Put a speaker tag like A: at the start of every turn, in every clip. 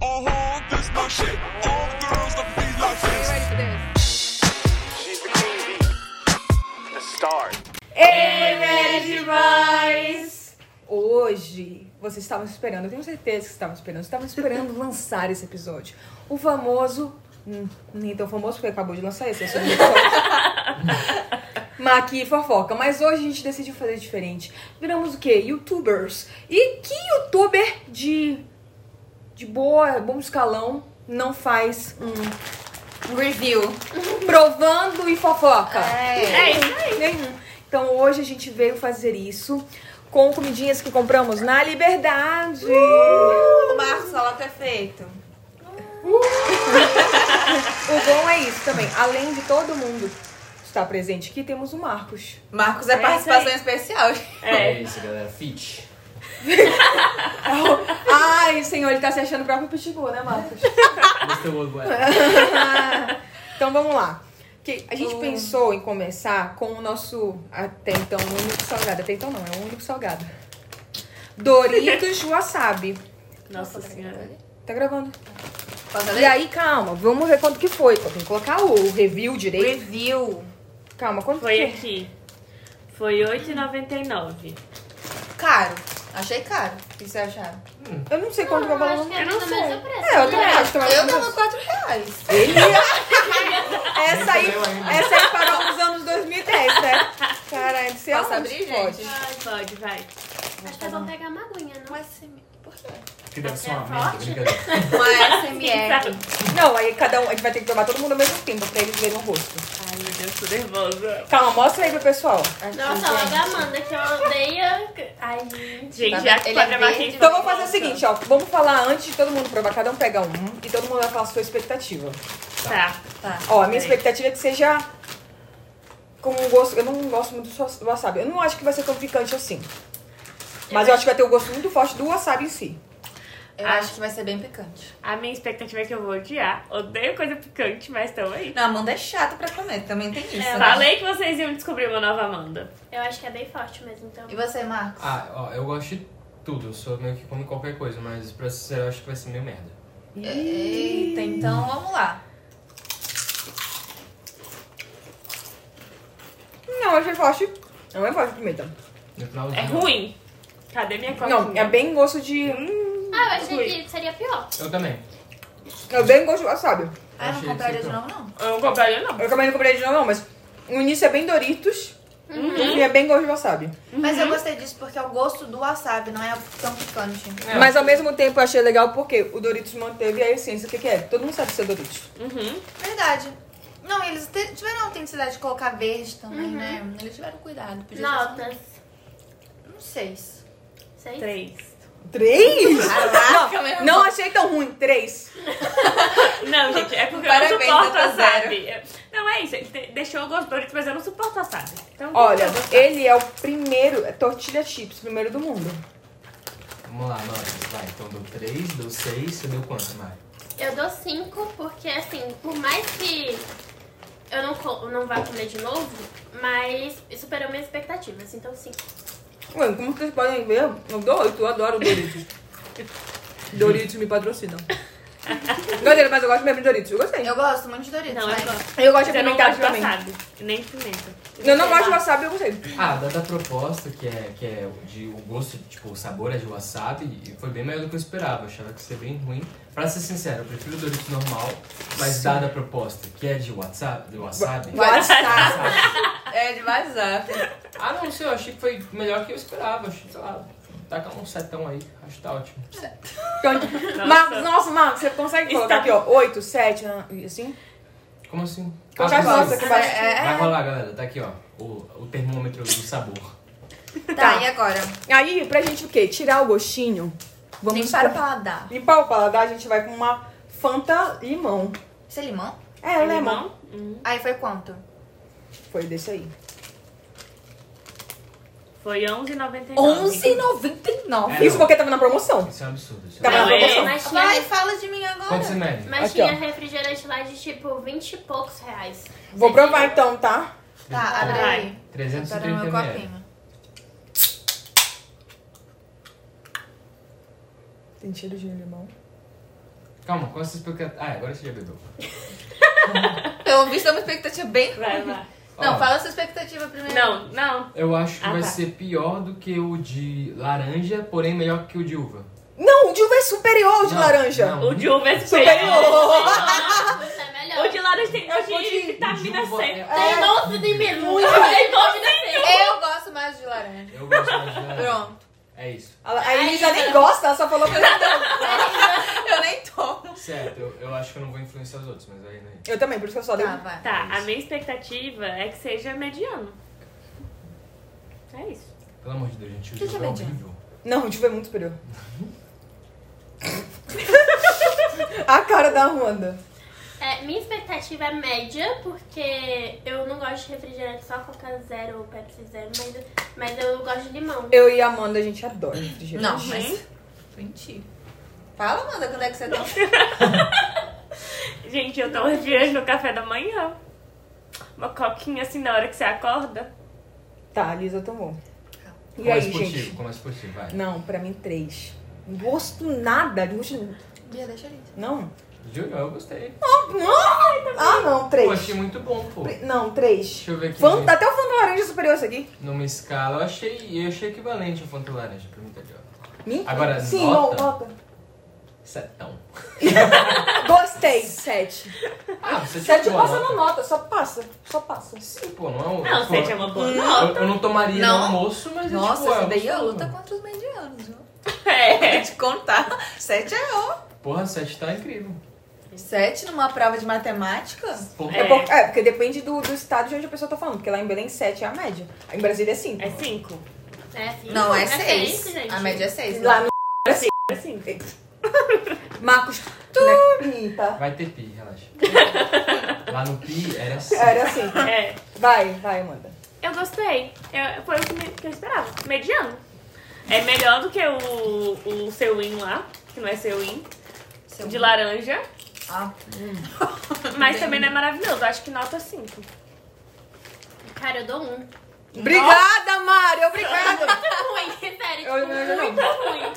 A: Oh, hold this my shit. All the girls that be like this.
B: Ready for this.
C: She's the queen bee, the star.
D: demais! Hoje, vocês estavam esperando, eu tenho certeza que vocês estavam esperando, vocês estavam esperando lançar esse episódio. O famoso, hum, nem tão famoso porque acabou de lançar esse, é eu sou muito famosa. Maqui e fofoca, mas hoje a gente decidiu fazer diferente. Viramos o quê? Youtubers. E que youtuber de, de boa, bom escalão não faz um review
E: Uhum.
D: provando e fofoca?
B: É isso.
D: Nenhum. Então hoje a gente veio fazer isso com comidinhas que compramos na Liberdade.
E: Uh! O Marcos só até feito.
D: Uh! O bom é isso também. Além de todo mundo estar presente aqui, temos o Marcos.
E: Marcos é, participação especial.
F: É isso, galera. Fit.
D: Então, Ai, senhor, ele tá se achando o próprio pitbull, né, Marcos?
F: Mr. Worldwide.
D: então vamos lá. Que a gente pensou em começar com o nosso até então único salgado. Até então não, é o único salgado. Doritos Wasabi.
B: Nossa senhora.
D: Tá gravando.
E: Posso
D: E
E: ler?
D: aí, calma, vamos ver quanto que foi. Tem que colocar o review direito.
E: Review.
D: Calma, quanto
B: Foi
D: que
B: aqui. Foi 8,99.
E: Caro. Achei caro. O que vocês acharam?
D: Eu não sei quanto que eu vou falando.
B: Eu não sei.
D: É, eu também acho que
E: Eu
D: eu
E: tava 4 reais.
D: Ele Essa aí,
F: Nem comeu ainda.
D: essa aí parou nos anos 2010, né? Caralho, você é um
E: Posso
D: aonde
E: abrir,
D: pode?
E: gente?
B: Ai, pode, vai.
G: Acho que é bom pegar uma aguinha, não?
E: Mas você me- por quê?
F: Que deve ser uma
G: É
F: merda,
G: forte?
F: brincadeira.
E: Uma
H: É.
E: SMR.
B: Sabe?
D: Não, aí cada um, a gente vai ter que tomar todo mundo ao mesmo tempo pra eles verem o rosto.
B: Ai, meu Deus, tô nervosa.
D: Calma, mostra aí pro pessoal.
G: Nossa, logo a Amanda, que eu odeio. Ai, gente.
B: Gente,
E: Tá
B: já
E: vendo?
B: que
E: Ele é
B: quadra mais
E: verde.
D: Então vamos fazer o seguinte, ó. Vamos falar antes de todo mundo provar. Cada um pega um e todo mundo vai falar a sua expectativa.
B: Tá.
E: Tá.
D: Ó, a minha
B: Sim.
D: expectativa é que seja com um gosto. Eu não gosto muito do wasabi. Eu não acho que vai ser tão picante assim. Mas eu acho que vai ter o gosto muito forte do wasabi em si.
E: Eu
B: Ah.
E: acho que vai ser bem picante.
B: A minha expectativa é que eu vou odiar. Odeio coisa picante, mas tamo aí.
E: Não, a Amanda é chata pra comer. Também tem isso,
H: É.
E: né?
B: Falei que vocês iam descobrir uma nova Amanda.
G: Eu acho que é bem forte mesmo, então.
E: E você, Marcos?
F: Ah, ó, eu gosto de tudo. Eu sou meio que como qualquer coisa, mas pra ser sincero, eu acho que vai ser meio merda.
E: Eita, então vamos lá.
D: Não, eu achei forte. Não é forte de pimenta.
F: No final
B: É ruim. Cadê minha coquinha?
D: Não, é bem gosto de.
G: Ah, eu achei que seria pior.
F: Eu também.
D: É bem gosto de wasabi.
E: Ah, não
F: Achei
E: compraria
F: que
E: de
F: sim,
E: novo, não?
B: Eu não compraria, não.
D: Eu também não comprei de novo, não, mas no início é bem Doritos. E é bem gosto de wasabi.
E: Mas eu gostei disso porque é o gosto do wasabi, não é tão picante.
B: É.
D: Mas ao mesmo tempo eu achei legal porque o Doritos manteve a essência. O que, que é? Todo mundo sabe que isso é Doritos.
B: Uhum.
E: Verdade. Não, eles te- tiveram a autenticidade de colocar verde também, né? Eles tiveram cuidado. Podia ser
D: assim.
E: só- um-
G: Notas.
E: Não sei. se-
G: Seis.
B: Três.
D: Três?
E: Caraca, meu
D: Não achei tão ruim. Três.
B: Não, gente, é porque eu
E: Parabéns,
B: não suporto
E: nota zero.
B: wasabi. Eu- Não, é isso. Ele te- deixou eu gosto de Doritos, mas eu não suporto wasabi. Então,
D: Olha,
B: eu vou gostar.
D: ele é o primeiro, é tortilha chips, primeiro do mundo.
F: Vamos lá, nós. Vai, então deu 3, deu 6, você deu quanto, Mari?
G: Eu dou cinco, porque assim, por mais que eu não, co- não vá comer de novo, mas superou minhas expectativas, então cinco.
D: Mano, como vocês podem ver, eu dou oito, eu adoro Doritos. Doritos me patrocinam. Galera, mas eu gosto mesmo de Doritos, eu gostei.
E: Eu gosto muito de Doritos,
B: Não,
E: mas...
B: eu gosto.
D: Eu gosto de
B: Você não gosta
D: apimentado
B: de
D: também.
B: wasabi. Nem de pimenta.
D: Eu não gosto de wasabi, eu gostei.
F: Ah, da, da proposta, que é, que é o de, o gosto, tipo, o sabor é de wasabi, e foi bem melhor do que eu esperava. Eu achava que ia ser bem ruim. Pra ser sincero, eu prefiro o Doritos normal, mas dada a proposta, que é de wasabi, de wasabi...
E: WhatsApp. é de WhatsApp.
F: Ah, não sei, eu achei que foi melhor que eu esperava. Achei, sei lá, taca um setão aí, acho que tá ótimo.
D: Então, Marcos, nossa, Marcos, você consegue colocar aqui, ó, oito, sete, ah, e assim?
F: Como assim?
D: Eu já
F: vai-
E: É,
H: né?
D: gosto que vai...
H: É.
F: Vai rolar, galera, tá aqui, ó, o, o termômetro do sabor.
E: Tá, e agora?
D: Aí, pra gente o quê? Tirar o gostinho, vamos...
E: Tem para o paladar.
D: Limpar o paladar, a gente vai com uma Fanta limão.
E: Isso é limão?
D: É, lemon.
B: Limão? Uhum.
E: Aí foi quanto?
D: Foi desse aí.
B: Foi
E: 11,99.
B: 11,99.
F: É,
D: Isso
F: não,
D: porque tava na promoção.
F: Isso é um absurdo. Isso é
D: Tá
F: um
B: Não,
D: na
B: é-
D: promoção.
G: Mas tinha,
E: Vai, fala de mim agora.
F: Quanto você mede?
G: mas
D: Aqui, ó.
G: tinha refrigerante lá de tipo 20 e poucos reais.
D: Vou provar então, tá?
E: Tá, abre
B: Vai.
E: aí. Tá no
F: 330
E: meu
F: ml.
E: copinho.
D: Tem cheiro de limão.
F: Calma, qual a sua expectativa? Ah, agora você já bebeu.
E: Pelo visto, é uma expectativa bem.
B: Vai lá.
E: Não,
F: Ó.
E: fala sua expectativa primeiro.
B: Não, não.
F: Eu acho que
B: Ah,
F: vai
B: tá.
F: ser pior do que o de laranja, porém melhor que o de uva.
D: Não, o de uva é superior ao de
F: Não,
D: laranja.
F: não.
B: O de uva é
D: Superior.
G: Nossa, é melhor.
B: O de laranja tem gosto
D: Eu vou
B: de
D: de-
B: vitamina
F: de uva
B: C.
F: é-
G: Tem nove de melão. Tem nove de melão.
E: Eu gosto mais de laranja.
F: Eu gosto mais de laranja.
E: Pronto.
F: É isso.
D: Ela- A Elisa já nem gosta, ela só falou que eu não
E: Eu nem tomo.
F: Certo, eu, eu acho que eu não vou influenciar os outros, mas aí né?
D: Eu também, por isso que eu só dei. um-
E: Tá, vai.
B: Tá, a minha expectativa é que seja mediano. É isso.
F: Pelo amor de Deus, gente, o
E: Que
F: jogo é
E: diabetes?
F: horrível.
D: Não, o de uva é muito superior. a cara da Ruanda.
G: É, minha expectativa é média, porque eu não gosto de refrigerante só Coca Zero ou Pepsi Zero, mas, mas eu gosto de limão.
D: Eu e a Amanda, a gente adora refrigerante.
E: Não, mas. Mentira. Fala, Amanda, quando é que você tá?
B: Gente, eu tomo refrigerante no café da manhã. Uma coquinha assim na hora que você acorda.
D: Tá, a Lisa tomou. E
F: Como é
D: aí,
F: esportivo,
D: gente?
F: como é esportivo, vai.
D: Não, pra mim, três. Não Gosto nada. não Gosto...
E: Bia, deixa ele.
D: Não?
F: Juro, eu gostei.
D: Não! Ah, não,
F: Eu
D: três.
F: achei muito bom, pô.
D: Tre- Não, três.
F: Deixa eu ver aqui.
D: Fanta, até o Fanta Laranja é superior isso aqui.
F: Numa escala, eu achei, eu achei equivalente ao Fanta Laranja, pra mim tá legal.
D: Me?
F: Agora,
D: Sim,
F: nota?
D: não, nota.
F: Setão.
D: Gostei, sete.
F: Ah, você
D: Sete
F: tirou uma
D: passa na nota, só passa. Só passa.
F: Sim, pô, não é um...
B: Não,
F: pô,
B: seja uma boa
F: eu,
B: nota.
F: eu não tomaria
E: Não.
F: no almoço, mas é
E: Nossa,
F: tipo...
E: essa
F: é
E: daí é a
F: gostoso.
E: luta contra os medianos, viu?
B: É.
E: Pra te contar. Sete é eu.
F: Porra, 7 tá incrível.
E: Sete numa prova de matemática?
F: Porra,
D: É, por- é, porque depende do, do estado de onde a pessoa tá falando. Porque lá em Belém, 7 é a média. Em Brasília, é 5.
B: É cinco.
G: É assim,
E: Não, é
G: seis,
E: seis. A média é seis. né?
D: Lá no...
B: É cinco.
D: Marcos é Turita.
F: Vai ter pi, relaxa. Lá no pi era assim.
D: Era assim.
B: É.
D: Vai, vai, Amanda.
B: Eu gostei. Eu- foi o que, me- que eu esperava. Mediano. É melhor do que o, o seu in lá, que não é seu in,
E: Seu-
B: de laranja.
E: Ah,
B: Mas também não é maravilhoso. Acho que nota 5.
G: Cara, eu dou um.
D: Obrigada, Mari. Obrigada.
G: Muito ruim, sério.
D: Eu não, eu não.
G: Muito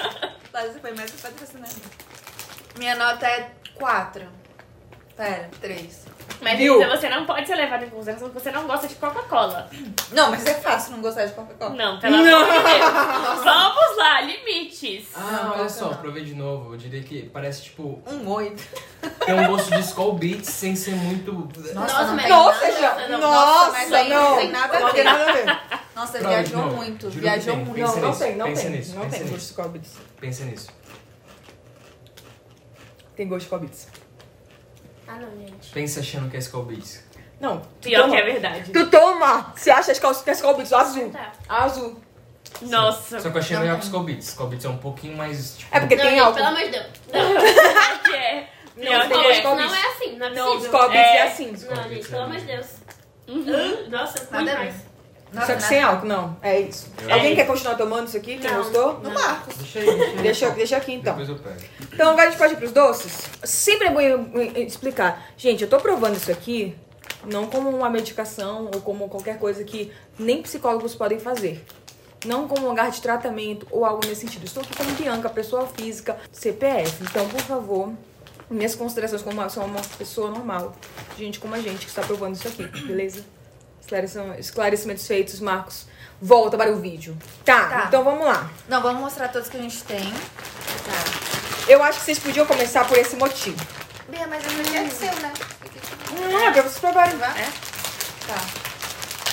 G: ruim.
E: Mas foi mais um patrocinador. Minha nota é 4. Pera, 3.
B: Mas
D: Viu?
B: então você não pode ser levado em consideração que você não gosta de Coca-Cola.
E: Não, mas é fácil não gostar de Coca-Cola.
B: Não, pelo amor de Deus. Vamos lá, limites.
F: Ah,
E: Não,
F: olha só,
E: não.
F: provei de novo. Eu diria que parece tipo.
E: Um 8.
F: Tem um gosto de Skull Beats sem ser muito.
E: Nossa,
G: Nossa,
E: não
G: mas-
E: tem
D: Não,
E: nada.
D: seja.
G: não.
E: Nossa,
D: Nossa,
E: mas aí não
D: não.
E: tem nada a
D: Não
E: ver.
D: tem nada a ver.
E: Nossa,
F: Prova de
E: viajou
F: novo.
E: muito.
F: Juro que
E: viajou
F: tem.
E: muito.
F: Pensa
D: Não, não
F: nisso,
D: tem, não
F: pensa
D: tem.
F: nisso,
D: não
F: pensa
D: tem gosto
F: nisso.
D: de Cobbits.
F: Pensa nisso.
D: Tem gosto de Cobbits.
G: Ah, não, gente.
F: Pensa achando que é Skull Beats.
D: Não. tu
B: Pior
D: toma.
B: que é verdade.
D: Tu toma. Você acha as calças que é Cobbits azul.
G: Tá.
D: Azul.
B: Nossa.
F: Só que eu achei
E: Não
F: melhor
E: tem.
F: que Skull Beats. Skull Beats é um pouquinho mais. Tipo,
D: É porque
G: não,
D: tem
G: gente,
D: álcool.
G: pelo amor de Deus.
B: Pior que é. Pior
D: Não, tem gosto de
B: que é.
G: Não,
D: Skull
G: não
D: Beats.
G: é assim, não é
D: Não, os
G: possível.
D: Cobbits
B: É.
D: é assim.
G: Não, gente, pelo amor de Deus. Hum, Nossa, muito
E: Nada a
G: mais.
E: Nossa,
D: Só que
E: nada.
D: sem álcool, não. É isso.
F: Eu
D: Alguém
F: acho.
D: quer continuar tomando isso aqui? Quem
G: Não.
D: gostou?
E: No Marcos.
F: Deixa aí, deixa aí.
D: Deixa, deixa aqui então.
F: Depois eu pego.
D: Então agora a gente pode ir pros doces? Sempre é bom eu- eu explicar. Gente, eu tô provando isso aqui não como uma medicação ou como qualquer coisa que nem psicólogos podem fazer. Não como um lugar de tratamento ou algo nesse sentido. Estou aqui como Bianca, pessoa física, CPF. Então, por favor, minhas considerações como uma, sou uma pessoa normal. Gente como a gente que está provando isso aqui, beleza? Esclarecimento- Esclarecimentos feitos, Marcos. Volta para o vídeo.
E: Tá.
D: tá. então vamos lá.
E: Não, vamos mostrar todos que a gente tem. Tá.
D: Eu acho que vocês podiam começar por esse motivo.
E: Bia, mas esse aqui é seu, né?
D: Não, é pra vocês provarem.
E: Vai. Tá.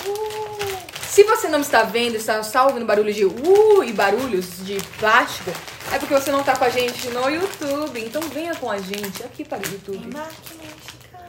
D: Uh. Se você não está vendo, está só ouvindo barulho de uh e barulhos de plástico, é porque você não tá com a gente no YouTube. Então venha com a gente aqui para o YouTube.
E: Marque mexicano.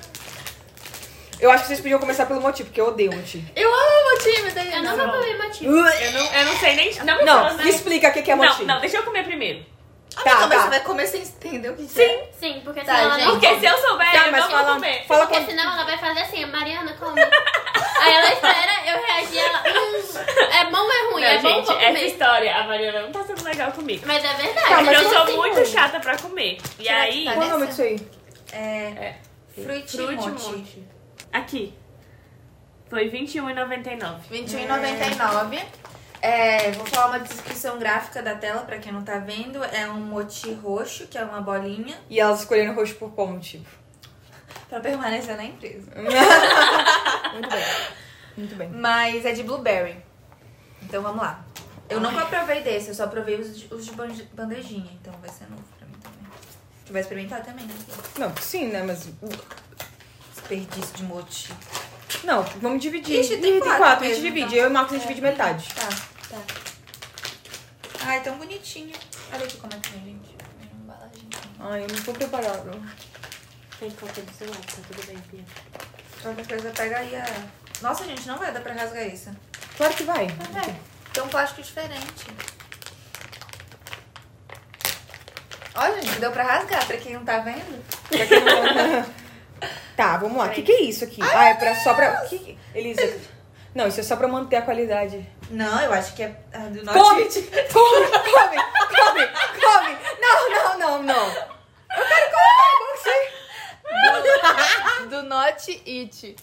D: Eu acho que vocês podiam começar pelo motivo, porque eu odeio motivo.
E: Eu amo o time, tá
G: Eu
E: gente?
G: nunca provei motivo.
B: Eu não, eu não sei nem. Não me fala,
D: Não,
B: né?
D: me explica o que que é
B: Não,
D: motivo.
B: não, deixa eu comer primeiro.
E: Ah,
H: é
D: Tá,
E: mas
D: tá.
E: você vai comer sem entender o que que é.
G: Sim, sim, porque
E: Tá,
G: senão ela não
E: gente.
B: Porque se eu souber,
D: Tá,
B: eu
D: mas
B: não vou
D: fala,
B: comer.
D: fala
G: Porque
D: com...
G: senão ela vai fazer assim, Mariana, come. Aí ela espera, eu reagir, ela. Hum, é bom ou é ruim?
B: Não,
G: é bom ou
B: gente,
G: vou
B: essa
G: comer?
B: história, a Mariana não tá sendo legal comigo.
G: Mas é verdade.
D: Tá, mas
B: eu
D: você
B: sou
D: tem
B: muito
D: um.
B: chata pra comer. E
E: Será que
B: aí.
E: tá
D: Qual o nome disso aí?
E: É.
B: É.
E: Frutimote.
B: Frutimote. um
H: um
B: Aqui. Foi R$21,99.
E: 21,99.
H: É, vou falar uma descrição gráfica da tela pra quem não tá vendo. É um moti roxo, que é uma bolinha,
D: E elas escolheram roxo por qual motivo?
H: pra permanecer na empresa.
D: Muito bem. Muito bem.
H: Mas é de blueberry. Então vamos lá. Eu nunca provei desse, eu só provei os de, os de bande- bandejinha, então vai ser novo pra mim também. Tu vai experimentar também, né?
D: Não, sim, né? Mas.
H: Desperdício de moti.
D: Não, vamos dividir.
H: Ixi, tem quatro
D: a gente
H: mesmo,
D: divide.
H: então.
D: Eu e o Marcos a gente divide metade.
H: Tá, tá. Ai, tão bonitinho. Olha aqui como é que vem, gente. Vem uma embalagem.
D: Ai, eu não tô preparada.
B: Tem foto do seu lado, tá tudo bem, Pia.
H: Qualquer coisa pega aí a... Nossa, gente, não vai dar pra rasgar isso.
D: Claro que vai.
H: Tem um plástico diferente. Olha, gente, deu pra rasgar, pra quem não tá vendo.
D: Pra quem não- tá, vamos lá. O que, que é isso aqui? ah, é pra, só pra. que que- Elisa. Não, isso é só pra manter a qualidade.
H: Não, eu acho que é a do norte.
D: Come! Come, come, come, come! Não, não, não, não! Eu quero comer com você!
I: Do not it.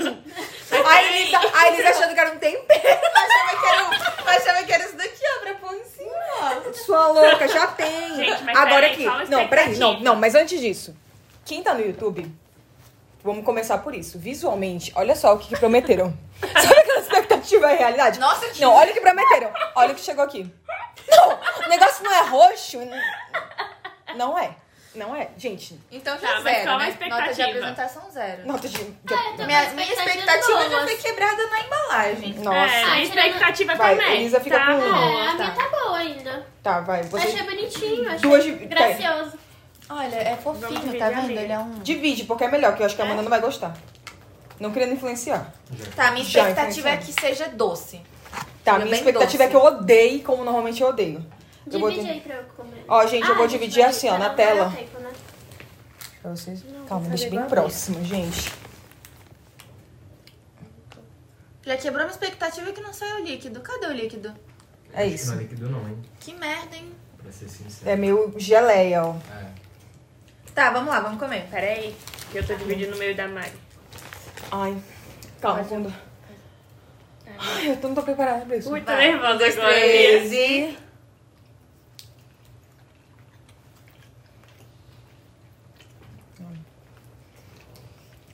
D: A Elisa, a Elisa achando que era um tempero.
H: Eu achava que era, o- eu achava que era isso daqui, ó, pra pôr em cima.
D: Sua louca, já tem.
B: Gente, mas
D: Agora
B: peraí,
D: aqui.
B: qual a
D: Não, peraí,
B: expectativa?
D: não, não, mas antes disso. Quem tá no YouTube, vamos começar por isso. Visualmente, olha só o que, que prometeram. Sabe aquela expectativa e realidade?
H: Nossa, que-
D: Não, olha o que prometeram. Olha o que chegou aqui. Não, o negócio não é roxo. Não é. Não é. Gente,
I: Então já
B: Tá, mas
I: zero,
B: qual a
I: né?
H: Nota de
B: expectativa?
H: apresentação zero.
D: nota de. de-
B: É, então.
H: Minha, minha expectativa já foi quebrada na embalagem.
D: Nossa.
B: É, minha expectativa
D: Vai,
B: também.
D: Elisa fica
B: tá?
D: com
G: É,
D: uma.
G: a minha tá boa
B: É.
G: ainda.
D: Tá, vai. Você
G: Achei bonitinho, achei
D: Duas de-
G: gracioso.
I: Olha, é
B: Vamos
I: fofinho,
B: dividir
I: tá
B: a
I: vendo?
B: briga.
I: Ele é um.
D: divide, porque é melhor, que eu acho que a Amanda não vai gostar. Não querendo influenciar.
H: Tá, minha
D: Já,
H: expectativa é
D: então,
H: que seja doce.
D: Tá,
H: Ele é
D: minha
H: bem
D: expectativa é
H: doce.
D: que eu odeie como normalmente eu odeio. Eu vou
G: Divide aí pra eu comer.
D: Ó, gente, eu
G: Ah,
D: vou
G: a gente
D: dividir
G: vai-
D: assim, ó,
G: cada
D: na
G: um vai ao
D: tela.
G: tempo, né?
D: Pra vocês.
G: vou
D: Calma,
G: fazer
D: deixa
G: igual
D: bem
G: a
D: próximo, gente.
H: Já quebrou minha expectativa que não saiu o líquido. Cadê o líquido?
D: É
F: Não é
D: isso.
F: líquido não, hein?
H: Que merda, hein?
F: Pra ser sincero.
D: É meio geleia, ó.
F: É.
H: Tá, vamos lá, vamos comer.
B: Peraí, que eu tô dividindo no meio da Mari.
D: Ai. Calma, quando. Ai, eu tô- não tô preparada pra isso.
B: Ui, tô
H: Vai.
B: nervosa
H: dois,
B: agora, Elias.
H: três e...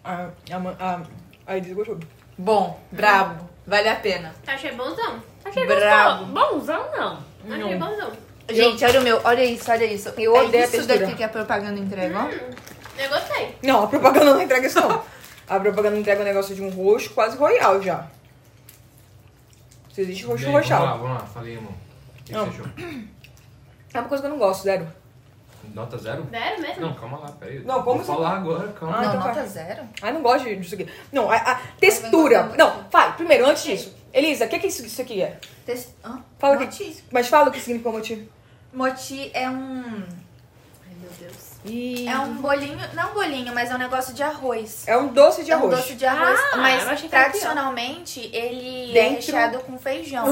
D: A, a, Ma- a, a Elisa gostou.
I: Bom, brabo. Vale a pena.
G: Achei bonzão.
B: Achei
I: Bravo.
B: gostoso. Bonzão, não.
D: Hum.
G: Achei bonzão.
I: Gente, olha o meu. Olha isso, olha isso.
D: Eu
H: É
D: odeio a
I: isso
D: textura.
I: daqui que a propaganda entrega, ó.
G: Eu gostei.
D: Não, a propaganda não entrega isso, não. A propaganda entrega um negócio de um roxo quase royal já. Se existe roxo,
F: Bem, vamos
D: roxal.
F: lá, vamos lá. Falei, irmão. O que
D: Não.
F: você achou?
D: É uma coisa que eu não gosto, zero.
F: Nota zero?
G: Sério mesmo?
F: Não, calma lá, peraí.
D: Não, como
F: Vou
D: você-
F: falar agora, calma.
D: Ah,
H: Não,
D: então
H: nota
D: vai.
H: zero?
D: Ai, não gosto disso aqui. Não, a, a textura.
H: gostar muito.
D: Não, fala, primeiro, antes disso. Elisa, o que, que isso, isso aqui é?
H: Test... Hã?
D: Fala aqui.
H: Moti.
D: Mas fala o que significa o motivo.
H: Moti é um... Ai, meu Deus.
D: E...
H: É um bolinho... Não um bolinho, mas é um negócio de arroz.
D: É um doce de
H: é um
D: arroz.
H: doce de arroz,
B: Ah, eu
H: mas
B: achei que era
H: tradicionalmente ele é
D: Dentro-
H: recheado com feijão.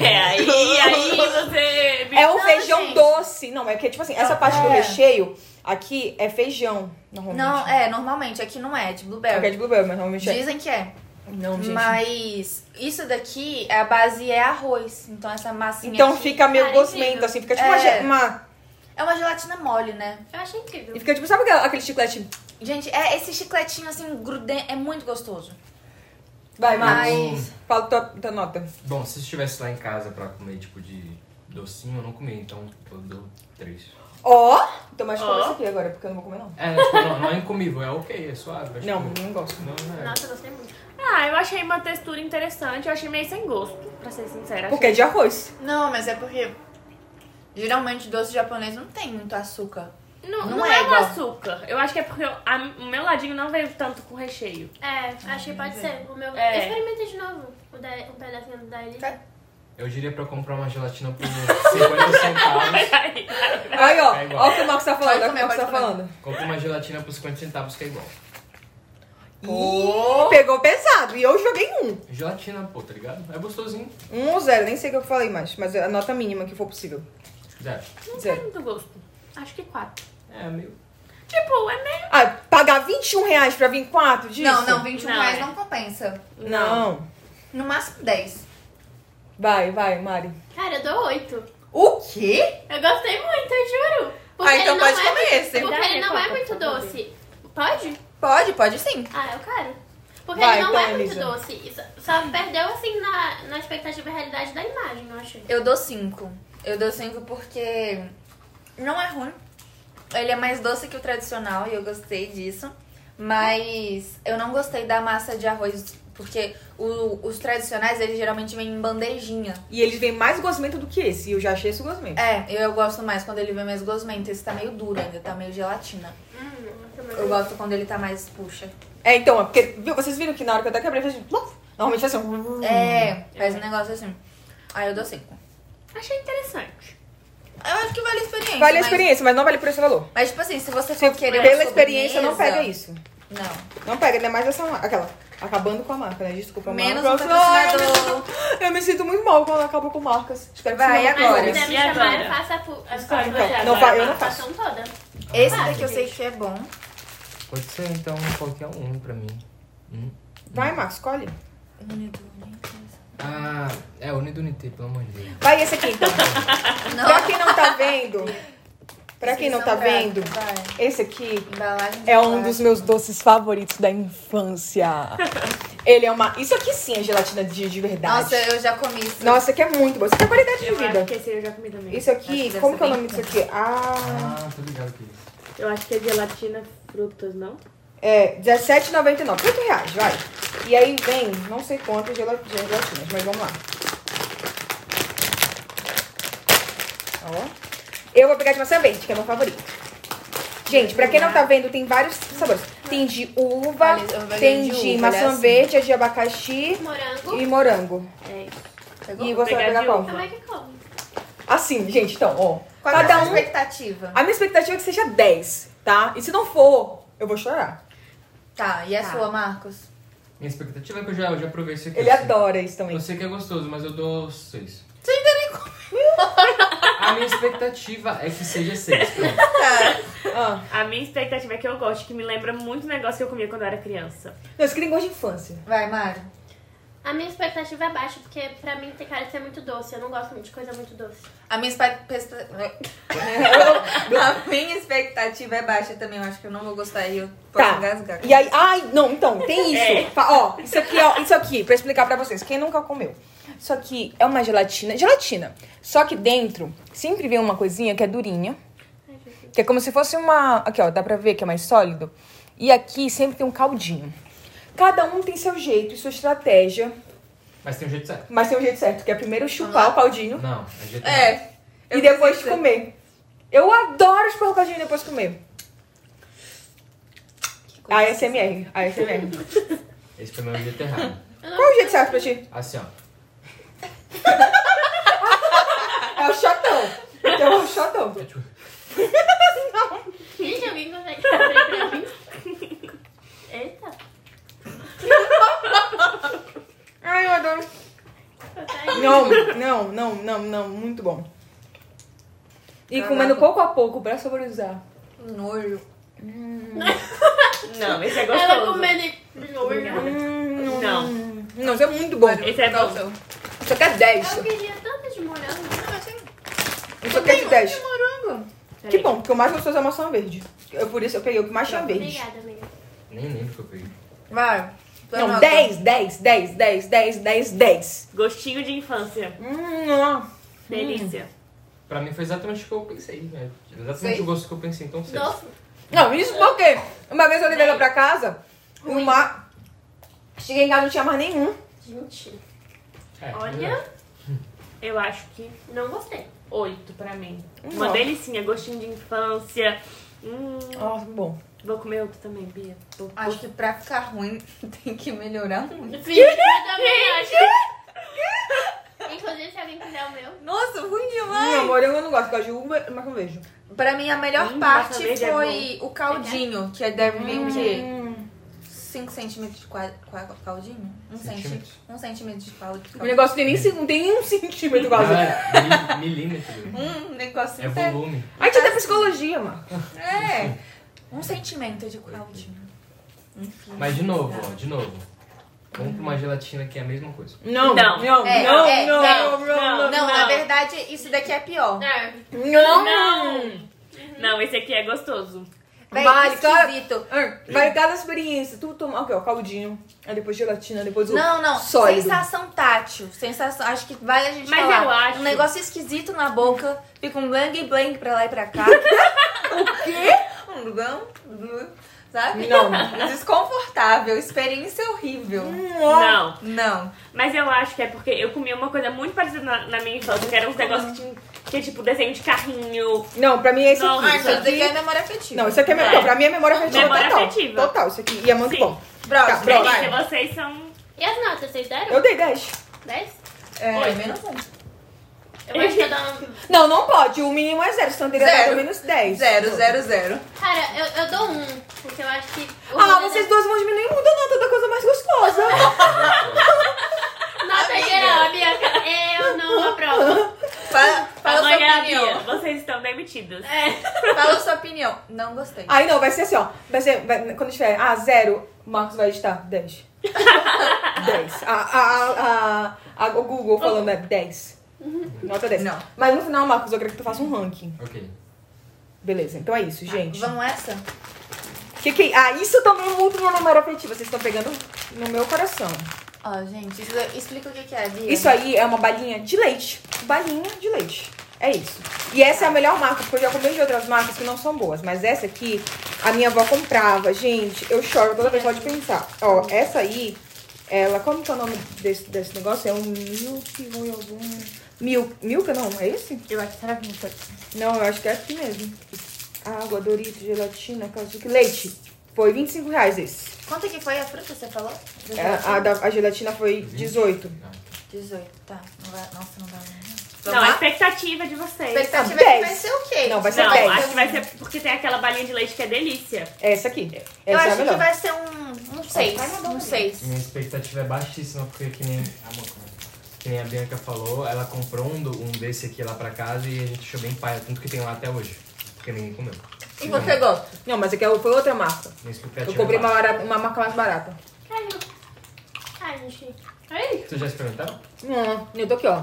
B: É, aí, aí você... me-
D: É um
H: Não,
D: feijão
H: gente.
D: doce. Não, é que, tipo assim, essa parte do
H: é.
D: recheio aqui é feijão, normalmente.
H: Não, é, normalmente, aqui não é, é de blueberry.
D: Porque é de blueberry, mas normalmente é.
H: Dizem que é.
D: Não, gente.
H: Mas isso daqui, a base é arroz. Então essa massinha
D: Então
H: aqui-
D: fica meio
G: Cara,
D: gosmento,
G: incrível.
D: assim. Fica tipo uma
H: É.
D: ge- uma...
H: É uma gelatina mole, né?
G: Eu achei incrível.
D: E fica tipo, sabe aquela- aquele chiclete?
H: Gente, é esse chicletinho assim, grudento, é muito gostoso.
D: Vai,
H: Mas-
D: Marcos. Fala tua, tua nota.
F: Bom, se eu estivesse lá em casa pra comer, tipo, de docinho, eu não comi, então eu dou três.
D: Ó! Então, mas
B: Ó.
D: come isso aqui agora, porque eu não vou comer, não.
F: É, tipo, não, não é incomível, é ok, é suave. acho
D: Não,
F: que-
D: não gosto.
F: Não, é.
G: Nossa, eu gostei muito.
B: Ah, eu achei uma textura interessante. Eu achei meio sem gosto, pra ser sincera.
D: Porque é de arroz.
H: Não, mas é porque geralmente doce japonês não tem muito açúcar.
B: Não,
H: Não
B: não,
H: é
B: é, um
H: igual.
B: açúcar. Eu acho que é porque eu- a- o meu ladinho não veio tanto com recheio.
G: É, acho que pode ser. O meu...
B: É.
G: Eu experimentei de novo o da... um pedacinho da Elisa.
H: Tá.
F: Eu diria pra eu comprar uma gelatina por 50 centavos.
B: Peraí.
D: Aí, ó.
F: É igual.
D: ó o que o Marcos tá falando. Olha
H: Pode
D: o que
H: comer,
D: o Marcos tá
H: pode comer.
D: falando.
F: Compre uma gelatina por 50 centavos, que é igual.
D: Ih, pegou pesado. E eu joguei um.
F: Gelatina, pô, tá ligado? É gostosinho.
D: Um ou zero. Nem sei o que eu falei mais. Mas é a nota mínima que for possível.
F: Zero.
B: Não tem
D: Zero.
B: muito gosto. Acho que quatro.
F: É, meio.
B: Tipo, é meio.
D: Ah, pagar 21 reais pra vir quatro disso?
H: um Não, é. não, 21
B: Não,
H: reais
B: é.
H: não compensa.
D: Não.
H: No máximo 10.
D: Vai, vai, Mari.
G: Cara, eu dou oito.
H: O quê?
G: Eu gostei muito, eu juro. Porque
H: Ah, então
G: ele não
H: pode
G: é
H: comer
G: muito-
H: esse.
G: Porque
B: Dá
G: ele
B: aí,
G: não é
B: Coco,
G: muito
B: por favor.
G: doce. Pode?
H: Pode, pode sim.
G: Ah, eu quero. Porque
D: Vai,
G: ele não
D: então,
G: é muito
D: Elisa.
G: doce. E só- Só perdeu, assim, na, na expectativa e realidade da imagem, eu achei.
H: Eu dou 5. Eu dou 5 porque não é ruim. Ele é mais doce que o tradicional e eu gostei disso. Mas eu não gostei da massa de arroz, porque o- os tradicionais, eles geralmente vêm em bandejinha.
D: E eles vêm mais gosmento do que esse. E eu já achei esse gosmento.
H: É, eu, eu gosto mais quando ele vem mais gosmento. Esse tá meio duro ainda, tá meio gelatina.
G: Hum, também.
D: Uhum.
H: Eu gosto quando ele tá mais, puxa.
D: É, então, é porque. Viu, vocês viram que na hora que eu até quebrei, fez. assim, pluf. Normalmente faz assim. um-
H: É, faz um negócio assim. Aí eu dou 5.
B: Achei interessante.
H: Eu acho que vale a experiência.
D: Vale a
H: mas-
D: experiência, mas não vale por esse valor.
H: Mas, tipo assim, se você
D: Se,
H: for querer uma
D: pela experiência, não
H: sobremesa-
D: pega isso.
H: Não.
D: Não pega, ainda mais essa marca. Aquela. Acabando com a marca, né? Desculpa,
H: Menos
D: marca.
H: um
D: Ai, eu me
H: patrocinador.
D: sinto- Eu me sinto muito mal quando acaba com marcas. Espero que
H: Vai,
D: isso não
G: Mas
H: agora.
G: se
D: aconteça.
G: quiser me
B: E
G: chamar,
B: agora?
G: eu faço a pu- a
B: Escolhe,
G: você
B: então.
D: Não
G: agora,
D: fa- eu não
G: é a participação toda.
H: Esse
G: Vai,
H: daqui eu sei
G: gente.
H: que é bom.
F: Pode ser, então, qualquer um pra mim. Hum.
D: Vai, Marcos, escolhe.
F: Ah, é, Unido Unité, pelo amor de Deus.
D: Vai esse aqui, então. Pra quem não tá vendo, pra quem não tá
H: Vocês são
D: vendo,
H: bravos,
D: esse aqui
H: vai. Embalagem de
D: é um dos
H: plástico.
D: meus doces favoritos da infância. Ele é uma. Isso aqui sim é gelatina de, de verdade.
H: Nossa, eu já comi isso.
D: Nossa, isso aqui é muito bom. Isso aqui é qualidade de
B: Eu acho
D: vida.
B: que esse eu já comi também.
D: Isso
H: Acho que
D: aqui,
H: deve
D: como
H: ser
D: que é o
H: bem
D: nome disso aqui? Ah.
F: Ah, tô ligado que isso.
B: Eu acho que é gelatina frutas, não?
D: É, R$17,99. 8 reais, vai. E aí vem, não sei quantas gela- gelatinas, mas vamos lá. Ó. Eu vou pegar de maçã verde, que é meu favorito. Gente, pra quem não tá vendo, tem vários sabores. Tem de uva,
H: Olha, eu peguei
D: tem
H: de
D: de
H: uva,
D: maçã
H: olha assim.
D: verde, é de abacaxi
G: Morango.
D: e morango.
B: É isso.
D: E
H: Pegou?
D: você vai pegar
B: pegar de
D: qual?
B: uva.
G: Como é que come?
D: Assim, gente, então, ó.
H: Qual é a
D: cada
H: sua
D: um...
H: expectativa?
D: A minha expectativa é que seja 10, tá? E se não for, eu vou chorar.
H: Tá, e a
B: Tá.
H: sua, Marcos?
F: Minha expectativa é que eu já, eu já provei isso aqui.
D: Ele é
F: assim.
D: adora isso também.
F: Eu sei que é gostoso, mas eu dou seis. Você ainda nem comeu. A minha expectativa é que seja seis. pronto.
D: Ah,
B: A minha expectativa é que eu goste, que me lembra muito o negócio que eu comia quando eu era criança.
D: não, isso aqui tem gosto de infância.
H: Vai, Mário.
G: A minha expectativa é baixa, porque pra mim tem cara de ser muito doce. Eu não gosto muito de coisa muito doce.
H: A minha, espe- pespe- a minha expectativa é baixa também. Eu acho que eu não vou gostar e eu posso
D: Tá.
H: engasgar.
D: E aí, ai, não, então, tem isso.
B: É.
D: Fa- Ó, isso aqui, ó, isso aqui, pra explicar pra vocês, quem nunca comeu. Isso aqui é uma gelatina, gelatina. Só que dentro sempre vem uma coisinha que é durinha, que é como se fosse uma, aqui ó, dá pra ver que é mais sólido. E aqui sempre tem um caldinho. Cada um tem seu jeito e sua estratégia,
F: Mas tem um jeito certo.
D: mas tem um jeito certo, que é primeiro chupar o caldinho
F: Não, é jeito errado.
H: É. eu
D: e depois
H: preciso.
D: comer. Eu adoro chupar o caldinho e depois comer.
H: tipo
D: A ASMR, a ASMR.
F: Esse foi meu jeito errado.
D: Qual é o jeito certo pra ti?
F: Assim, ó.
D: É o shotão. É o shotão.
F: É tipo-
G: Gente, alguém consegue abrir pra mim? Eita.
D: Ai, eu adoro.
G: Consegue?
D: Não, não, não, não, não. Muito bom. E
H: Caraca.
D: comendo pouco a pouco pra saborizar.
H: Nojo.
B: Não, esse é gostoso.
G: Ela comendo e...
D: Hum,
B: Não.
D: Não, isso é muito bom.
B: Esse é
H: Qual o
B: bom.
H: seu?
D: Isso aqui é 10.
G: Eu queria tanto de morango.
H: Ah,
D: Isso aqui é de 10.
H: Morango.
D: Que bom, porque o mais gostoso é a maçã verde. Eu, por isso eu peguei o que mais tinha verde.
G: Obrigada, amiga.
F: Nem lembro que eu peguei.
H: Vai. tua
D: Não,
H: nota.
D: 10, 10, 10, 10, 10, 10, 10.
B: Gostinho de infância.
D: Hum, ó.
B: Delícia.
F: Pra mim foi exatamente o que eu pensei. né? Exatamente
H: Seis.
F: o gosto que eu pensei, então seis.
G: Doce.
D: Não, isso porque uma vez eu levei ela pra casa, uma... Cheguei em casa não tinha mais nenhum.
G: Gente,
F: É,
B: Olha, eu acho que
G: não gostei.
B: oito pra mim.
D: ó.
B: Uma delicinha, gostinho de infância. Hum,
D: Nossa, que bom.
B: vou comer outro também, Bia. Vou-
H: Acho que pra ficar ruim tem que melhorar muito.
G: Sim, eu também acho. Inclusive, se alguém quiser o meu.
H: Nossa, ruim demais.
D: Não, morango eu não gosto, gosto de uva, mas com vejo.
H: Pra mim, a melhor
B: Hum,
H: parte
B: maçã verde é
H: foi o caldinho, que é deve vir
D: Hum.
H: o quê? 5 centímetros de qua- qua- caldinho? 1 centímetro.
F: Centímetro.
H: Um centímetro de caldo.
D: O negócio tem nem, cin- não tem um centímetro quase.
F: Ah. Galera, mil- milímetro.
H: Um negócio
F: É volume.
D: A gente até psicologia, mano.
H: É. Um sentimento de caldinho.
F: Mas de novo, ó, de novo. Vamos pra uma gelatina que é a mesma coisa.
D: Não, não,
B: Não.
D: não,
H: É,
D: não,
H: é,
D: não,
B: não,
D: não,
H: Não, na
B: Não.
H: verdade, isso daqui é pior.
G: É.
D: não,
B: Não. Não, esse aqui é gostoso.
H: Véi,
D: Vale,
H: que esquisito.
D: Ah, Vai cada experiência. Tu toma, ok, o caldinho, aí depois gelatina, depois o
H: Não, não.
D: sólido.
H: Sensação tátil. Sensação. Acho que vale a gente
B: Mas
H: falar.
B: eu acho-
H: Um negócio esquisito na boca. Fica um blang blang pra lá e pra cá. o quê? Um blang blang, Sabe?
D: Não.
H: Desconfortável. Experiência horrível.
B: Não.
H: Não.
B: Mas eu acho que é porque eu comia uma coisa muito parecida na, na minha infância, que era uns negócios que tinha, que é tipo desenho de carrinho.
D: Não, pra mim é esse
B: Não,
D: aqui.
H: Ah,
D: isso
H: então isso daqui é
D: aqui.
H: memória afetiva.
D: Não, isso aqui é memória.
B: É.
D: Pra mim é memória afetiva
B: Memória
D: total.
B: afetiva.
D: Total, isso aqui. E é muito
B: Sim.
D: bom.
H: Próximo.
D: Tá,
H: vai.
B: Gente, vocês são.
G: E as notas, vocês deram?
D: Eu dei 10.
G: 10?
H: É, menos um.
G: Eu acho que eu dou um...
D: Não, não pode. O mínimo é zero. Senão teria
H: Zero.
D: dado menos 10.
H: Zero, zero, zero.
G: Cara, eu, eu dou um, porque eu acho que... o é
D: Ah,
G: rolê
D: vocês
G: da-
D: duas vão diminuir muito a nota da coisa mais gostosa.
G: Nota geral, Bianca. Eu não aprovo.
H: Fala, fala sua
B: Amanhã, Bia,
H: opinião.
B: vocês estão demitidas.
H: Fala sua opinião. Não gostei.
D: Aí não, vai ser assim, ó. Vai ser, vai- quando tiver, ah, zero, o Marcos vai editar 10. 10. A, a, a, a, o Google falando é 10. Nota 10.
H: Não.
D: Mas no final, Marcos, eu quero que tu faça um ranking.
F: Ok.
D: Beleza, então é isso, gente.
H: Tá, Vamos essa?
D: Que que- ah, isso também muito meu número afetivo. Vocês estão pegando no meu coração.
H: Ó, gente, isso- explica o que que é, Bia.
D: Isso aí é uma balinha de leite. Balinha de leite. É isso. E essa é a melhor marca, porque eu já comi de outras marcas que não são boas. Mas essa aqui, a minha avó comprava. Gente, eu choro toda vez só de pensar. Ó, essa aí, ela... Como que é o nome desse, desse negócio? É um milk ou algum... Milk, milk, não? É esse?
H: Eu acho que será que não foi.
D: Não, eu acho que é aqui mesmo. Água, Dorito, gelatina, casuque, leite. Foi 25 reais esse.
H: Quanto que foi a fruta que você falou?
D: É, A, da- a gelatina foi 18.
F: Ah,
H: 18, tá. Não vai- nossa, não dá nem.
B: Não, é a
H: Vamos lá?
B: expectativa de vocês.
H: expectativa
D: Dez.
H: é que vai ser o quê?
D: Não, vai ser
B: Não,
D: dez.
B: acho que vai ser porque tem aquela balinha de leite que é delícia.
D: Essa aqui. Essa
H: Eu
D: é a
H: acho
D: melhor. Tá
H: que vai ser um 6. Um 6.
F: Minha expectativa é baixíssima, porque que nem a, né? que nem a Bianca falou, ela comprou um, do- um desse aqui lá pra casa e a gente achou bem paia, tanto que tem lá até hoje. Porque ninguém comeu.
H: E você gosta? tipo
D: Não, mas aqui é- foi outra marca.
F: Minha expectativa
D: Eu comprei
F: é
D: uma,
F: baixa.
D: barata- uma marca mais barata.
G: Ai, meu- Ai, gente. Ai,
F: Tu já experimentaram?
D: Hum, eu tô aqui, ó.